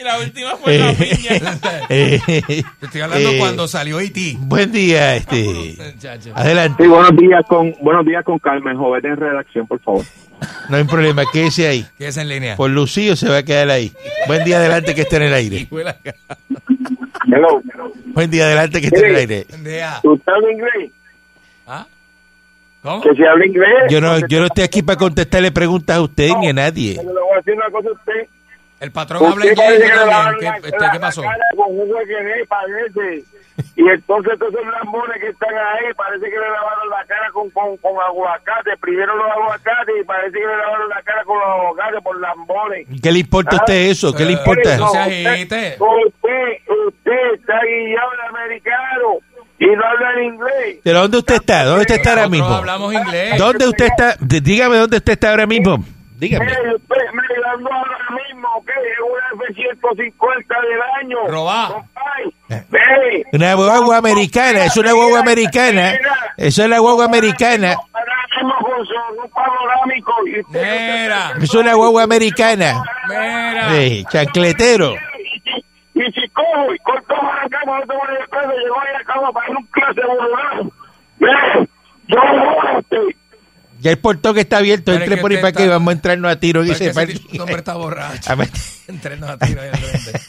Speaker 5: Y la última fue la piña.
Speaker 3: <laughs> Eh,
Speaker 4: Te estoy hablando
Speaker 3: eh,
Speaker 4: cuando salió E E.T.
Speaker 3: Buen día, este.
Speaker 4: Muchacho.
Speaker 3: Adelante,
Speaker 8: Sí, buenos días con buenos días con Carmen Jovet en redacción, por favor.
Speaker 3: no hay problema, quédese ahí.
Speaker 4: Quédese en línea.
Speaker 3: Por Lucío se va a quedar ahí. Buen día, adelante que esté en el aire.
Speaker 4: Huela-
Speaker 8: Hello.
Speaker 3: Buen día, adelante que esté en el aire.
Speaker 4: Buen día.
Speaker 8: ¿Usted habla inglés?
Speaker 4: ¿Ah? ¿Cómo?
Speaker 8: Que si habla inglés.
Speaker 3: Yo no, yo no estoy aquí para contestarle preguntas a usted ni a nadie.
Speaker 8: Le voy a decir una cosa a usted.
Speaker 4: El patrón habla
Speaker 8: Usted
Speaker 4: inglés.
Speaker 8: parece
Speaker 4: yo
Speaker 8: que le
Speaker 4: también.
Speaker 8: lavaron
Speaker 4: ¿Qué,
Speaker 8: la-
Speaker 4: este,
Speaker 8: la-
Speaker 4: ¿qué pasó?
Speaker 8: la cara con jugo de quené, parece. Y entonces todos esos lambones que están ahí, parece que le lavaron la cara con, con, con aguacate. Primero los aguacates y parece que le lavaron la cara con los aguacates por lambones.
Speaker 3: ¿Qué le importa a usted eso? ¿Qué le importa?
Speaker 4: Eh, No se
Speaker 8: usted-
Speaker 4: agite.
Speaker 8: Usted, usted está guiado de americano y no habla el inglés.
Speaker 3: ¿Pero dónde usted está? ¿Dónde usted está ahora
Speaker 4: Nosotros
Speaker 3: mismo?
Speaker 4: hablamos inglés.
Speaker 3: ¿Dónde usted está? D- Dígame dónde usted está ahora mismo. Dígame.
Speaker 8: Mire, usted me dando ahora mismo que es una F-150 del año.
Speaker 4: Robá.
Speaker 8: Compay,
Speaker 4: Eh.
Speaker 8: ve.
Speaker 3: Una guagua americana, es una guagua americana. Eso es la guagua americana.
Speaker 8: Ahora mismo con su un panorámico. y usted-
Speaker 4: Mira,
Speaker 3: Es una guagua americana.
Speaker 4: mira.
Speaker 3: Sí, chancletero.
Speaker 8: Y si cojo y corto más la cama, no tengo ni después, llegó ahí a la cama para ir a un clase de burlado. Ve, yo no a usted.
Speaker 3: Ya el portón que está abierto,
Speaker 4: Pero es
Speaker 3: entre
Speaker 4: que
Speaker 3: por ahí
Speaker 4: usted
Speaker 3: para que
Speaker 4: está-
Speaker 3: vamos a entrarnos a tiro en
Speaker 4: Pero es que
Speaker 3: ese
Speaker 4: ese
Speaker 3: partido.
Speaker 4: tipo- ese
Speaker 3: <laughs>
Speaker 4: hombre está borracho.
Speaker 3: A ver.
Speaker 4: Entrenos a tiro ahí al frente.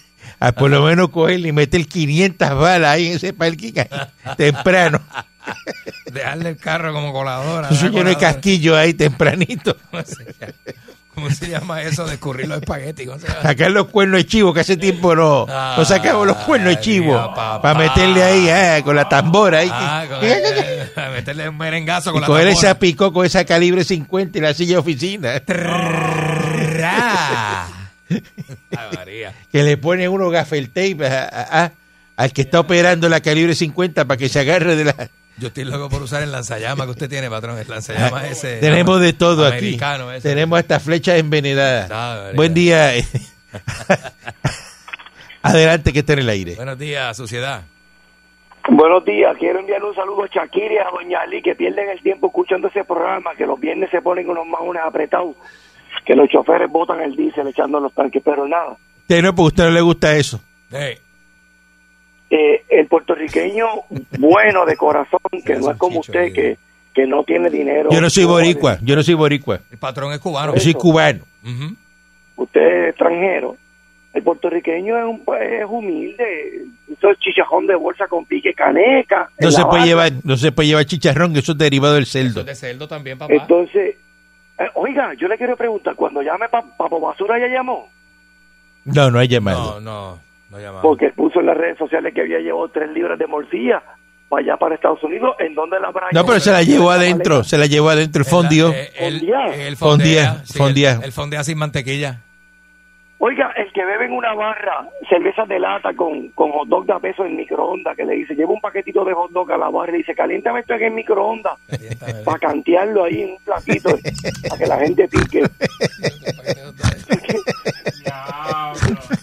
Speaker 3: A Ah, por lo menos cogerle y meter 500 balas ahí en ese parking ahí,
Speaker 4: <laughs>
Speaker 3: temprano.
Speaker 4: Dejarle el carro como coladora.
Speaker 3: Eso lleno de
Speaker 4: coladora.
Speaker 3: casquillo ahí tempranito.
Speaker 4: ¿Cómo se llama? ¿Cómo se llama eso de escurrir los espaguetis? ¿Cómo se llama?
Speaker 3: Sacar los cuernos de chivo, que hace tiempo no, no sacamos los cuernos de
Speaker 4: Ay,
Speaker 3: chivo.
Speaker 4: papá.
Speaker 3: Para meterle ahí ah, con la tambora ahí.
Speaker 4: Ah,
Speaker 3: <laughs>
Speaker 4: con el- a meterle un merengazo
Speaker 3: y
Speaker 4: con la
Speaker 3: coger
Speaker 4: tambora.
Speaker 3: esa picó con esa calibre 50 y la silla de oficina.
Speaker 4: Ra. Ay, María.
Speaker 3: Que le pone uno gaffer tape a- a- a- al que está operando la calibre 50 para que se agarre de la...
Speaker 4: Yo estoy loco por usar el lanzallamas que usted tiene, patrón. El lanzallamas
Speaker 3: <laughs>
Speaker 4: ese.
Speaker 3: Tenemos de todo aquí.
Speaker 4: americano ese.
Speaker 3: Tenemos hasta flechas envenenadas.
Speaker 4: Ah,
Speaker 3: Buen día. <laughs> Adelante, que está en el aire.
Speaker 4: Buenos días, sociedad.
Speaker 9: Buenos días, quiero enviar un saludo a Shakira y a Doña Ali que pierden el tiempo escuchando ese programa, que los viernes se ponen unos maones apretados, que los choferes botan el diésel echando los tanques, pero nada.
Speaker 3: Usted no, porque a usted no le gusta eso.
Speaker 4: Hey.
Speaker 9: Eh, el puertorriqueño bueno de corazón, que no es como usted, que, que no tiene dinero.
Speaker 3: Yo no soy boricua, yo no soy boricua.
Speaker 4: El patrón es cubano.
Speaker 3: Yo soy cubano.
Speaker 4: Ujú.
Speaker 9: Usted es extranjero. El puertorriqueño es, un, es humilde, eso es chicharrón de bolsa con pique caneca. en
Speaker 3: No se
Speaker 9: la
Speaker 3: puede
Speaker 9: vaca.
Speaker 3: llevar, no se puede llevar chicharrón, que eso es derivado del
Speaker 4: Eso
Speaker 3: cerdo.
Speaker 4: es de cerdo también, papá.
Speaker 9: Entonces, eh, oiga, yo le quiero preguntar, cuando llame pa- Papo Basura ya llamó.
Speaker 3: No, no hay
Speaker 4: no,
Speaker 3: llamado.
Speaker 4: no, no
Speaker 3: Ah.
Speaker 4: llamaba.
Speaker 9: Porque él puso en las redes sociales que había llevado tres libras de morcilla para allá para Estados Unidos, en donde la habrá
Speaker 3: No, pero se la llevó
Speaker 9: llevó
Speaker 3: adentro, se la llevó adentro el fondio.
Speaker 4: eh, El,
Speaker 9: Fondía.
Speaker 4: el fondía.
Speaker 3: Fondía,
Speaker 4: sí,
Speaker 3: fondía.
Speaker 4: el- el fondía sin mantequilla.
Speaker 9: Oiga, el que bebe en una barra cervezas de lata con, con hot dog de a peso en microondas, que le dice, lleva un paquetito de hot dog a la barra y le dice, caliéntame esto en el microondas para cantearlo ahí en un
Speaker 3: <laughs>
Speaker 9: platito para que la gente pique.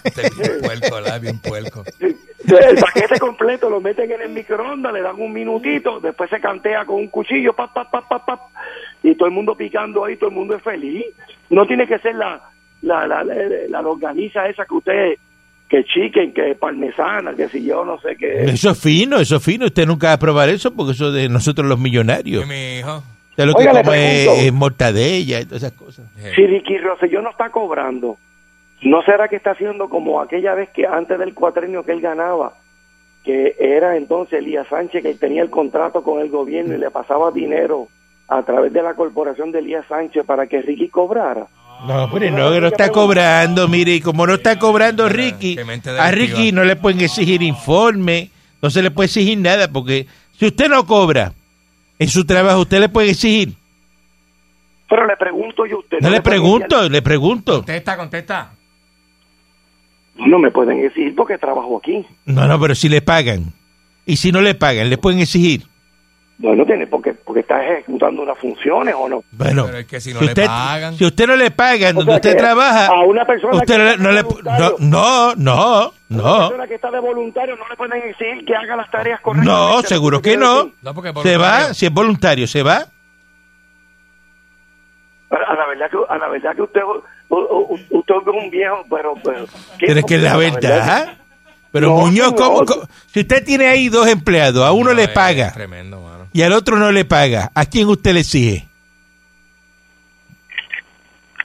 Speaker 4: Este es bien puerco, ¿verdad? Bien puerco.
Speaker 9: El paquete completo lo meten en el microondas, le dan un minutito, después se cantea con un cuchillo, pap, pap, pap, pap, pap, y todo el mundo picando ahí, todo el mundo es feliz. No tiene que ser la, la, la, la, la longaniza esa que usted, que chiquen, que parmesana, que si yo no sé qué.
Speaker 3: Eh, Eso es fino, eso es fino. Usted nunca va a probar eso porque eso es de nosotros los millonarios.
Speaker 4: Y mi hijo.
Speaker 3: Usted lo que
Speaker 9: Oiga, le
Speaker 3: come es,
Speaker 9: pregunto.
Speaker 3: es mortadella y todas esas cosas.
Speaker 4: Eh,
Speaker 9: Si Ricky Rosselló no está cobrando, ¿no será que está haciendo como aquella vez que antes del cuatrenio que él ganaba? que era entonces Elías Sánchez que tenía el contrato con el gobierno y le pasaba dinero a través de la corporación de Elías Sánchez para que Ricky cobrara.
Speaker 3: No, pero no, que no está cobrando, mire, y como no está cobrando Ricky,
Speaker 4: Qué mente
Speaker 3: a Ricky
Speaker 4: delictiva.
Speaker 3: no le pueden exigir informe, no se le puede exigir nada, porque si usted no cobra en su trabajo, usted le puede exigir.
Speaker 9: Pero le pregunto yo a usted.
Speaker 3: No le
Speaker 9: me pueden
Speaker 3: pregunto, le pregunto.
Speaker 4: Contesta, contesta.
Speaker 9: decir- No me pueden decir porque trabajo aquí.
Speaker 3: No, no, pero si le pagan. Y si no le pagan, le pueden exigir.
Speaker 9: No, no tiene porque, porque está ejecutando unas funciones o no.
Speaker 3: Bueno,
Speaker 4: Pero es que si no le
Speaker 3: usted,
Speaker 4: pagan.
Speaker 3: si usted no le pagan donde
Speaker 9: sea
Speaker 3: usted
Speaker 9: que
Speaker 3: trabaja,
Speaker 9: a una persona
Speaker 3: usted
Speaker 9: que
Speaker 3: no le- no le-
Speaker 9: voluntario-
Speaker 3: no, no,
Speaker 9: Una
Speaker 3: no,
Speaker 9: persona que está de voluntario no le pueden exigir que haga las tareas
Speaker 3: no,
Speaker 9: correctas.
Speaker 3: seguro que no.
Speaker 4: No, porque
Speaker 3: Se va,
Speaker 4: voluntario.
Speaker 3: si es voluntario, se va.
Speaker 9: A la verdad que, a la verdad que usted, u- u- usted es un viejo, pero... pero ¿qué-
Speaker 3: Pero es que es la
Speaker 9: verdad
Speaker 3: verdad. Pero
Speaker 9: No,
Speaker 3: Muñoz, ¿cómo,
Speaker 9: señor.
Speaker 3: cómo- Si usted tiene ahí dos empleados, a uno
Speaker 4: No,
Speaker 3: le
Speaker 4: es
Speaker 3: paga
Speaker 4: Tremendo, mano.
Speaker 3: y al otro no le paga, ¿a quién usted le exige?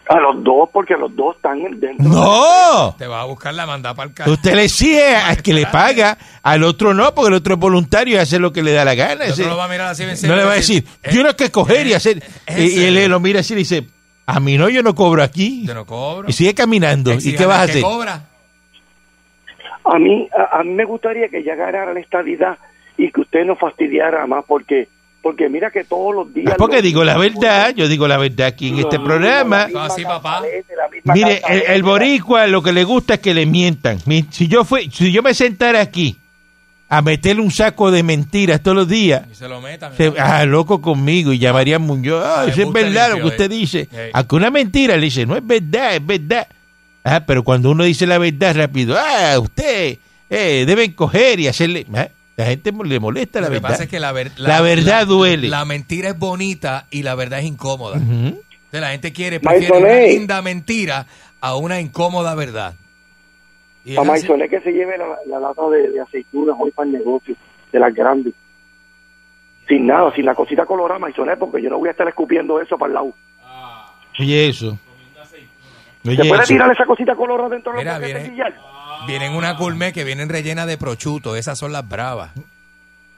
Speaker 9: A los dos, porque los dos están dentro.
Speaker 3: ¡No!
Speaker 4: Te va a buscar la mandada para el carro.
Speaker 3: Usted le exige al que le paga, al otro no, porque el otro es voluntario y hace lo que le da la gana.
Speaker 4: El otro
Speaker 3: Ese-
Speaker 4: lo va a mirar así, bien
Speaker 3: no
Speaker 4: serio,
Speaker 3: le va a
Speaker 4: decir,
Speaker 3: decir,
Speaker 4: eh,
Speaker 3: yo no es que coger y hacer.
Speaker 4: eh,
Speaker 3: Y, y él
Speaker 4: ese.
Speaker 3: lo mira así y le dice, a mí no, yo no cobro aquí.
Speaker 4: Yo no cobro.
Speaker 3: Y sigue caminando. ¿Y
Speaker 4: Exíjale
Speaker 3: qué vas a
Speaker 4: que
Speaker 3: hacer?
Speaker 4: cobra.
Speaker 9: A mí, a, a mí me gustaría que llegara a la estadidad y que usted nos fastidiara más, porque porque mira que todos los días...
Speaker 3: Ah, Porque
Speaker 9: los-
Speaker 3: digo la verdad, yo digo la verdad aquí en este
Speaker 9: No,
Speaker 3: programa.
Speaker 9: la misma
Speaker 4: Ah, sí, papá.
Speaker 9: cantaleta, la misma
Speaker 3: Mire, el,
Speaker 9: cantaleta.
Speaker 3: el boricua lo que le gusta es que le mientan. Mi- Si yo fue, si yo me sentara aquí a meterle un saco de mentiras todos los días,
Speaker 4: Y se lo meta.
Speaker 3: se,
Speaker 4: mira.
Speaker 3: ah, loco conmigo y llamaría a Muñoz, ah,
Speaker 4: Ah,
Speaker 3: eso es
Speaker 4: embuste
Speaker 3: verdad lo
Speaker 4: limpio,
Speaker 3: que usted
Speaker 4: eh.
Speaker 3: dice.
Speaker 4: Eh.
Speaker 3: Aunque una mentira le dice, no es verdad, es verdad. Ah, pero cuando uno dice la verdad rápido, ah, usted eh, deben coger y hacerle... Ah, la gente mo- le molesta la
Speaker 4: Lo que
Speaker 3: verdad.
Speaker 4: pasa es que la, ver-
Speaker 3: La verdad duele.
Speaker 4: La mentira es bonita y la verdad es incómoda.
Speaker 3: Ujú.
Speaker 4: Entonces, la gente quiere
Speaker 9: Maisonet.
Speaker 4: prefiere una linda mentira a una incómoda verdad. Y es
Speaker 9: Mamá, y
Speaker 4: así.
Speaker 9: Solé que se lleve la, la lata de, de aceitunas hoy para el negocio, de las grandes. Sin nada, sin la cosita colorada, Maisoné, porque yo no voy a estar escupiendo eso para el lado.
Speaker 3: Oye eso.
Speaker 9: ¿Se
Speaker 3: Oye
Speaker 9: puede
Speaker 3: eso.
Speaker 9: tirar esa cosita colorada dentro de
Speaker 4: Mira,
Speaker 9: los paquetes,
Speaker 4: viene-
Speaker 9: Guillar?
Speaker 4: Vienen una gourmet que vienen rellena de prochuto. Esas son las bravas.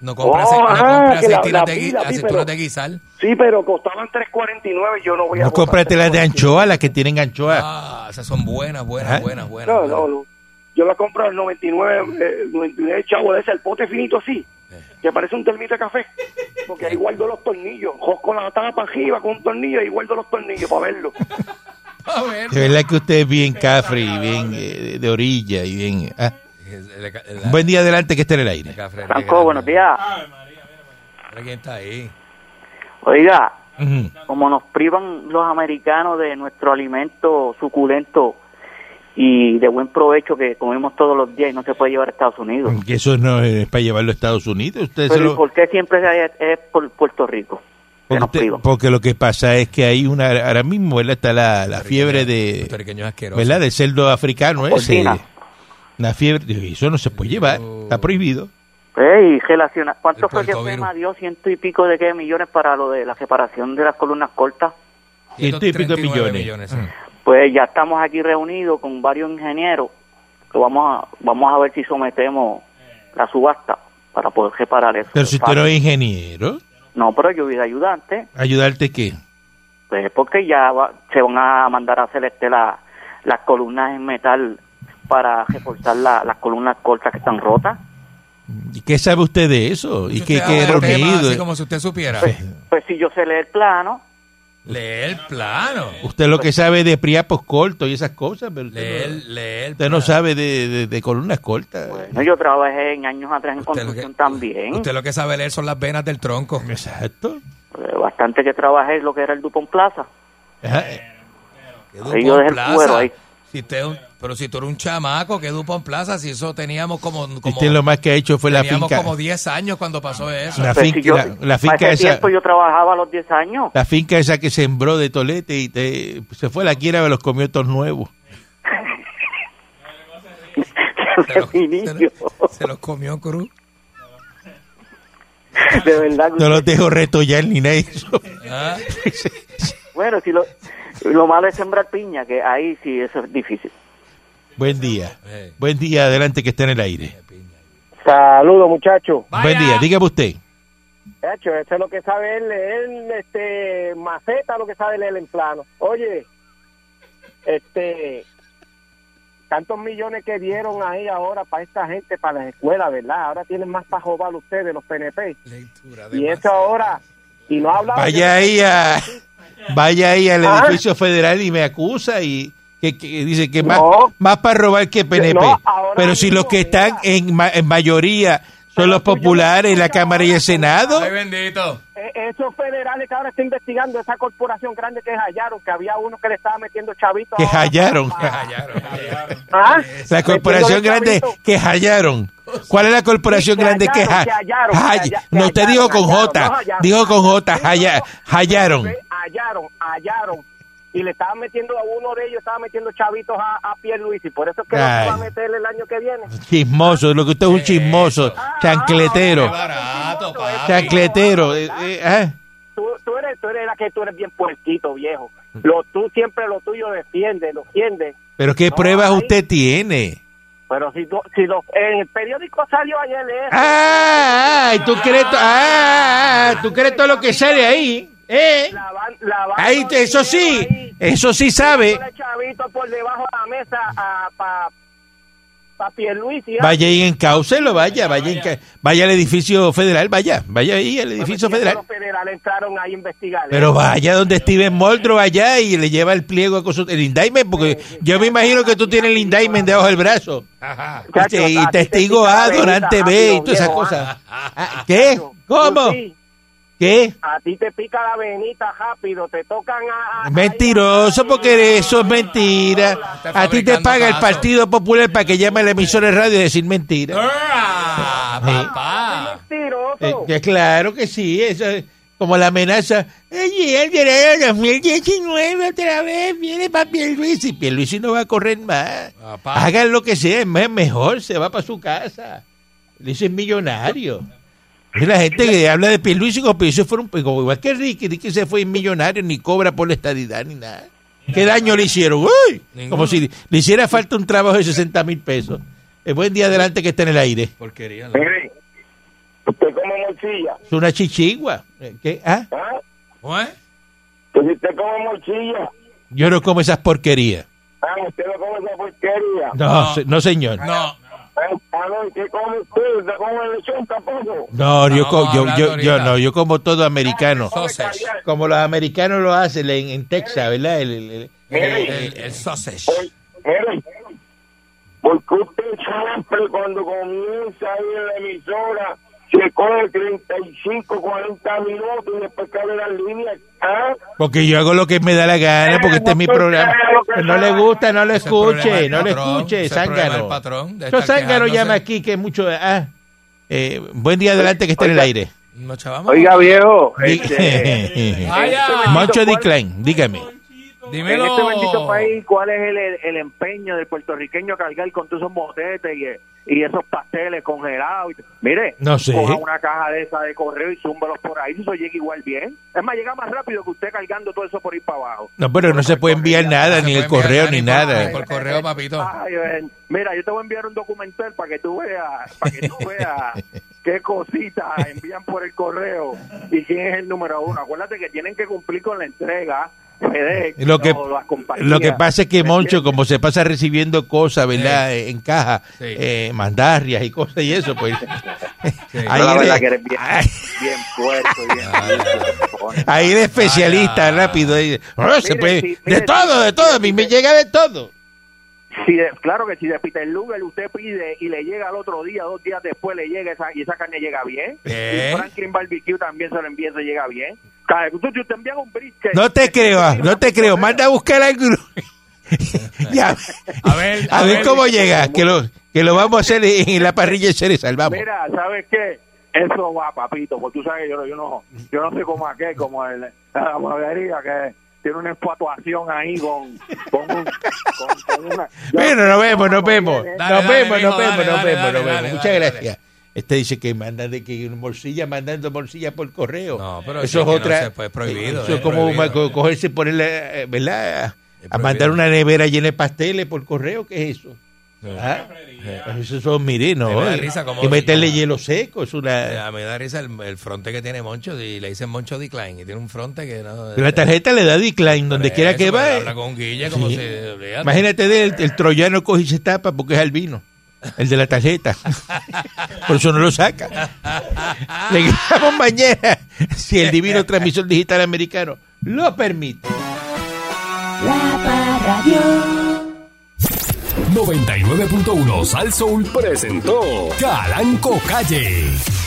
Speaker 4: No compras,
Speaker 9: Oh,
Speaker 4: no
Speaker 9: ah,
Speaker 4: compras
Speaker 9: que la-
Speaker 4: aceitunas
Speaker 9: la
Speaker 4: de, gui- ah,
Speaker 9: pila, sí,
Speaker 4: aceitunas
Speaker 9: pero-
Speaker 4: de guisar.
Speaker 9: Sí, pero costaban 3.49 y yo no voy a...
Speaker 3: No
Speaker 9: botar
Speaker 3: cómprate las de
Speaker 9: 3.49.
Speaker 3: anchoa, las que tienen anchoa.
Speaker 4: Ah, esas son buenas,
Speaker 3: Ajá.
Speaker 4: buenas, buenas, buenas.
Speaker 9: No,
Speaker 4: buenas.
Speaker 9: no, no. Yo la compro al 99, eh, 99 chavo de ese, el pote finito así, que parece un termite café. Porque ahí guardo los tornillos. Josco la tapa arriba con un tornillo y guardo los tornillos para verlo.
Speaker 4: A ver.
Speaker 3: De verdad que usted es bien cafre y bien eh, de orilla y bien... ah.
Speaker 4: El- el-
Speaker 3: Un buen día adelante que esté en el
Speaker 4: el
Speaker 3: aire.
Speaker 4: cafre
Speaker 2: Franco, buenos días.
Speaker 4: Mira quién está ahí.
Speaker 2: Oiga,
Speaker 3: Ujú.
Speaker 2: como nos privan los americanos de nuestro alimento suculento y de buen provecho que comemos todos los días y no se puede llevar a Estados Unidos.
Speaker 3: Que eso no es para llevarlo a Estados Unidos. Usted se
Speaker 2: Pero ¿y
Speaker 3: lo-
Speaker 2: ¿por qué siempre es, es por Puerto Rico? Que
Speaker 3: porque,
Speaker 2: nos
Speaker 3: usted-
Speaker 2: privan.
Speaker 3: porque lo que pasa es que hay una... Ahora mismo ¿verdad? está la, la fiebre de...
Speaker 4: Puertorriqueño es asqueroso.
Speaker 3: ¿Verdad? Del cerdo africano ese.
Speaker 2: Porcina.
Speaker 3: La fiebre... Eso no se puede llevar. Está prohibido.
Speaker 2: Ey, relaciona. ¿Cuánto
Speaker 4: El
Speaker 2: fue que
Speaker 4: puercovirus.
Speaker 2: FEMA dio ciento y pico de qué millones para lo de la separación de las columnas cortas?
Speaker 3: Ciento y pico
Speaker 4: 139
Speaker 3: millones. Mm.
Speaker 4: millones, sí.
Speaker 2: Pues ya estamos aquí reunidos con varios ingenieros que vamos a, vamos a ver si sometemos la subasta para poder reparar eso.
Speaker 3: Pero si usted no es ingeniero,
Speaker 2: No, pero yo vi de ayudante,
Speaker 3: ¿ayudarte qué?
Speaker 2: pues porque ya va- se van a mandar a hacer este la- las columnas en metal para reforzar la- las columnas cortas que están rotas.
Speaker 3: ¿Y ¿Qué sabe usted de eso? ¿Y
Speaker 4: Usted
Speaker 3: qué, qué
Speaker 4: habla del tema
Speaker 3: <laughs> dormido?
Speaker 10: Pues
Speaker 4: Así como si usted supiera.
Speaker 2: Pues si yo sé leer plano,
Speaker 4: Lee el plano.
Speaker 3: Usted lo que sabe de priapos cortos y esas cosas, pero usted,
Speaker 4: Lee
Speaker 3: no,
Speaker 4: el, lee el
Speaker 3: usted no
Speaker 4: plano.
Speaker 3: sabe de, de- de columnas cortas.
Speaker 10: No, yo trabajé en años atrás en
Speaker 4: Usted lo que-
Speaker 10: construcción también.
Speaker 4: Usted lo que sabe leer son las venas del tronco.
Speaker 3: Exacto.
Speaker 10: Eh, Bastante que trabajé lo que era el Dupont Plaza.
Speaker 4: Eh,
Speaker 3: Ajá.
Speaker 4: Que
Speaker 10: Ahí yo dejé el cuero ahí.
Speaker 4: Si usted es un- pero si tú eres un chamaco, que Dupont Plaza, si eso teníamos como, como-
Speaker 3: Usted lo más que ha hecho fue la
Speaker 4: teníamos
Speaker 3: finca. Ah,
Speaker 4: como 10 años cuando pasó eso.
Speaker 3: La
Speaker 10: Pues
Speaker 3: finca,
Speaker 10: si yo-
Speaker 3: la, la
Speaker 10: para
Speaker 3: finca
Speaker 10: ese
Speaker 3: esa,
Speaker 10: tiempo yo trabajaba a los 10 años. <laughs>
Speaker 3: la finca esa que sembró de tolete y te- se fue a la quiera de los comiotos nuevos.
Speaker 4: Se los,
Speaker 10: Inicio.
Speaker 4: se los comió Cruz.
Speaker 10: De verdad. que
Speaker 3: No los dejo retollar ni nada. de eso. <laughs>
Speaker 4: Ah,
Speaker 10: Bueno, si lo, lo malo es sembrar piña, que ahí sí eso es difícil.
Speaker 3: Buen día.
Speaker 4: eh,
Speaker 3: Buen día, adelante que está en el aire.
Speaker 2: Saludos, muchachos.
Speaker 3: Buen día, dígame usted.
Speaker 2: Hecho, eso es lo que sabe él, él, este, maceta lo que sabe él en plano. Oye, este, tantos millones que dieron ahí ahora para esta gente, para las escuelas, ¿verdad? Ahora tienen más para jobar ustedes, los PNP.
Speaker 4: lectura de
Speaker 2: Y
Speaker 4: más.
Speaker 2: eso ahora, y no hablaba
Speaker 3: Vaya ahí, a, vaya ahí al
Speaker 2: Ah.
Speaker 3: edificio federal y me acusa y que, que dice que más,
Speaker 2: No.
Speaker 3: más para robar que PNP.
Speaker 2: No, ahora
Speaker 3: Pero si los
Speaker 2: mismo,
Speaker 3: que están
Speaker 2: mira.
Speaker 3: en, ma- en mayoría son los
Speaker 2: Pero tú, yo
Speaker 3: populares,
Speaker 2: no
Speaker 3: la
Speaker 2: escucho
Speaker 3: Cámara y el
Speaker 2: ahora,
Speaker 3: Senado.
Speaker 4: Ay, bendito.
Speaker 2: Eh, Esos federales que ahora está investigando esa corporación grande que hallaron, que había uno que le estaba metiendo chavito.
Speaker 3: Que
Speaker 2: ahora
Speaker 3: hallaron.
Speaker 2: para-
Speaker 4: Me hallaron, me hallaron.
Speaker 2: ¿Ah?
Speaker 3: La corporación
Speaker 2: Metiéndole
Speaker 3: grande
Speaker 2: chavito.
Speaker 3: que hallaron. ¿Cuál es la corporación
Speaker 2: Que
Speaker 3: grande que
Speaker 2: hallaron, que hallaron, que
Speaker 3: hallaron?
Speaker 2: halla- que
Speaker 3: No te
Speaker 2: hallaron,
Speaker 3: dijo con
Speaker 2: hallaron,
Speaker 3: J,
Speaker 2: no hallaron.
Speaker 3: dijo con J, halla- hallaron.
Speaker 2: Ve, Hallaron, hallaron. Y le estaban metiendo a uno de ellos, estaba metiendo chavitos a, a Pierluisi. Por eso es que no
Speaker 3: Ay.
Speaker 2: se va a meter el año que viene. Ah,
Speaker 3: Chismoso, lo que usted es un chismoso, chancletero,
Speaker 4: Barato, papi.
Speaker 3: chancletero. eh, eh, ah.
Speaker 2: Tú, tú eres, tú eres la que tú eres bien puerquito, viejo. Lo, tú siempre lo tuyo defiende, lo defiende.
Speaker 3: Pero qué
Speaker 2: No,
Speaker 3: pruebas
Speaker 2: ahí-
Speaker 3: usted tiene.
Speaker 2: Pero si, tú- si lo, en el periódico salió ayer eso.
Speaker 3: Ah, ah, y tú crees, to- ah, ah, ah, tú crees todo lo que sale ahí, ¿eh?
Speaker 2: lavan- lavando
Speaker 3: Ahí te- eso sí,
Speaker 2: dinero ahí,
Speaker 3: eso sí sabe.
Speaker 2: dándole chavito por debajo de la mesa a, pa, pa Pierluisi. ¿ah?
Speaker 3: Vaya y encaucelo, vaya, vaya, enca- vaya al edificio federal, vaya, vaya ahí al
Speaker 2: Pues
Speaker 3: edificio
Speaker 2: metiendo
Speaker 3: federal.
Speaker 2: Los federales entraron ahí a investigar. ¿eh?
Speaker 3: Pero vaya donde Steven Moldro vaya y le lleva el pliego a cosas, el indictment, porque yo me imagino que tú tienes el indictment debajo del brazo. Este,
Speaker 4: Ajá.
Speaker 2: Chacho,
Speaker 3: Y
Speaker 2: a ti te
Speaker 3: testigo
Speaker 2: pica la
Speaker 3: A,
Speaker 2: velita,
Speaker 3: donante B
Speaker 2: rápido,
Speaker 3: y todas esas
Speaker 2: viejo, <laughs>
Speaker 3: cosas. Ah, ¿Qué?
Speaker 2: Chacho,
Speaker 3: ¿Cómo?
Speaker 2: tú sí,
Speaker 3: ¿Qué?
Speaker 2: a ti te pica la venita rápido, te tocan a... a-
Speaker 3: Mentiroso, porque eso es mentira.
Speaker 4: Está
Speaker 3: A ti te
Speaker 4: fabricando
Speaker 3: paga el
Speaker 4: casos.
Speaker 3: Partido Popular para que llame a la emisora de radio y decir mentira.
Speaker 4: Ah, papá.
Speaker 3: Eh,
Speaker 2: Mentiroso.
Speaker 3: que claro que sí, eso es como la amenaza. Oye, el verano 2019 otra vez viene para Pierluisi. Pierluisi no va a correr más.
Speaker 4: Papá.
Speaker 3: Hagan lo que sea, es más- mejor, se va para su casa. Pierluisi es millonario. Es la gente que habla de Pierluisi como Pierluisi fuera un... como igual que Ricky, Ricky se fue millonario, ni cobra por la estadidad, ni nada. ¿Qué daño le hicieron? ¡Uy!
Speaker 4: Ninguno.
Speaker 3: Como si le hiciera falta un trabajo de 60 mil pesos. El buen día adelante que está en el aire.
Speaker 4: Porquería. ¿no?
Speaker 8: Mire, usted come morcilla,
Speaker 3: Es una chichigua. Eh, ¿Qué? ¿Ah?
Speaker 8: ¿ah?
Speaker 4: ¿Cómo es?
Speaker 8: Pues si usted come morcilla,
Speaker 3: Yo no como esas porquerías.
Speaker 8: ah, usted no come esa porquería.
Speaker 3: No,
Speaker 4: No.
Speaker 3: se- no señor. No,
Speaker 4: No.
Speaker 8: Ah, ah, no, ¿qué come usted? ¿Usted come lechón tampoco?
Speaker 3: yo,
Speaker 4: Vamos
Speaker 3: co-
Speaker 4: a
Speaker 3: yo,
Speaker 4: hablar
Speaker 3: yo, yo
Speaker 4: ahorita.
Speaker 3: no, yo como todo americano.
Speaker 8: Ah,
Speaker 4: Sausage.
Speaker 3: Como los americanos lo hacen en, en Texas, ¿verdad? El- el- el-
Speaker 4: El,
Speaker 8: Mire,
Speaker 2: eh,
Speaker 4: el- Eh, el sausage.
Speaker 8: Oye, Mire, porque usted siempre cuando comienza ahí en la emisora se coge 35, 40 minutos y después cabe la línea. ¿Ah?
Speaker 3: porque yo hago lo que me da la gana, porque este es mi programa. Pues no le gusta, no lo
Speaker 4: Ese es el problema
Speaker 3: escuche,
Speaker 4: del
Speaker 3: no lo
Speaker 4: patrón, ese
Speaker 3: escuche,
Speaker 4: es el problema del
Speaker 3: zángano.
Speaker 4: patrón, de
Speaker 3: Yo
Speaker 4: estar
Speaker 3: zángano
Speaker 4: quejándose.
Speaker 3: llama aquí, que mucho... ah. Eh, buen día adelante que está en el aire.
Speaker 4: No, chaval.
Speaker 2: Oiga, viejo,
Speaker 3: Di-
Speaker 2: este,
Speaker 4: Vaya.
Speaker 3: <laughs> Moncho D. Klein, dígame.
Speaker 2: en este bendito
Speaker 4: Dímelo.
Speaker 2: país, ¿cuál es el, el- el empeño del puertorriqueño a cargar con todos esos motetes y, y esos pasteles congelados? y- Mire,
Speaker 3: No sé.
Speaker 2: coja una caja de esa de correo y zúmbalos por ahí, eso llega igual bien. Es más, llega más rápido que usted cargando todo eso por ir para abajo.
Speaker 3: No, pero no se puede enviar nada,
Speaker 4: No
Speaker 3: ni
Speaker 4: se
Speaker 3: el
Speaker 4: puede enviar
Speaker 3: correo, ni
Speaker 4: por-
Speaker 3: nada.
Speaker 4: Por correo, papito.
Speaker 2: Ay, ven, mira, yo te voy a enviar un documental para que tú veas, para
Speaker 3: <laughs>
Speaker 2: que tú veas qué cositas envían por el correo y quién es el número uno. Acuérdate que tienen que cumplir con la entrega. FedEx,
Speaker 3: Lo que,
Speaker 2: o las compañías.
Speaker 3: lo que pasa es que
Speaker 2: ¿Me
Speaker 3: Moncho, como se pasa recibiendo cosas, ¿verdad? En caja,
Speaker 4: Sí.
Speaker 3: eh, mandarrias y
Speaker 2: <laughs>
Speaker 3: cosas y eso, pues.
Speaker 4: Sí.
Speaker 3: ahí <laughs>
Speaker 2: la
Speaker 3: le-
Speaker 2: verdad que eres bien-
Speaker 3: Ay, <laughs>
Speaker 2: bien puerto, bien
Speaker 4: Ah, ya, ya.
Speaker 9: cojones.
Speaker 3: Ahí el especialista,
Speaker 4: Ah.
Speaker 3: rápido. ahí, "Ah, se
Speaker 2: Mire,
Speaker 3: puede-
Speaker 2: sí,
Speaker 3: de
Speaker 2: mire,
Speaker 3: todo,
Speaker 2: sí,
Speaker 3: de todo, a mí me llega de todo.
Speaker 2: Si de- claro que si de Peter Luger usted pide y le llega al otro día, dos días después le llega esa, y esa carne llega bien.
Speaker 4: ¿Eh?
Speaker 2: Y Franklin Barbecue también se lo envía y se llega bien. Cada tú, tú te envían un brisket.
Speaker 3: No te creo, ah, no te creo. Manda a buscar alguno.
Speaker 2: <laughs>
Speaker 3: Ya,
Speaker 4: A ver,
Speaker 3: a ver cómo llega, que lo, que lo vamos a hacer en la parrilla de Cereza, vamos.
Speaker 2: Mira, ¿sabes qué? Eso va, papito, porque tú sabes que yo, no- yo no yo no sé cómo aquel, como el, la madería que tiene una espatuación ahí con, con, un, con, con una...
Speaker 3: Bueno, nos vemos, nos vemos.
Speaker 4: Dale,
Speaker 3: nos
Speaker 4: dale,
Speaker 3: vemos,
Speaker 4: mijo,
Speaker 3: nos vemos,
Speaker 4: dale,
Speaker 3: nos
Speaker 4: dale,
Speaker 3: vemos,
Speaker 4: dale,
Speaker 3: nos vemos.
Speaker 4: dale,
Speaker 3: Muchas
Speaker 4: dale.
Speaker 3: gracias. Este dice que manda de que morcilla, mandando morcilla por correo.
Speaker 4: No, pero
Speaker 3: eso
Speaker 4: es que
Speaker 3: es
Speaker 4: no
Speaker 3: otra.
Speaker 4: se puede, es prohibido,
Speaker 3: Eso es
Speaker 4: es
Speaker 3: como
Speaker 4: prohibido.
Speaker 3: ma- co- cogerse y ponerle, eh, ¿verdad?
Speaker 4: Es
Speaker 3: A mandar
Speaker 4: prohibido.
Speaker 3: una nevera llena de pasteles por correo, ¿qué es eso? ¿Ah? Esos son mirinos.
Speaker 4: Sí, me da
Speaker 3: oye.
Speaker 4: risa cómo-
Speaker 3: y meterle hielo seco, es
Speaker 4: Eh,
Speaker 3: una.
Speaker 4: A mí me da risa el, el fronte que tiene Moncho y le dicen Moncho Decline y tiene un fronte que no... eh,
Speaker 3: La tarjeta le da decline
Speaker 4: Por
Speaker 3: donde quiera
Speaker 4: eso,
Speaker 3: que
Speaker 4: pero
Speaker 3: va. eh.
Speaker 4: Habla con Guille como
Speaker 3: Sí.
Speaker 4: si... olvídate.
Speaker 3: Imagínate de él, el troyano coge y se tapa porque es albino. El de la tarjeta. Por eso no lo saca. Le gritamos mañana si el divino transmisor digital americano lo permite.
Speaker 11: La Parradio.
Speaker 1: 99.1 Sal Soul presentó Calanco Calle.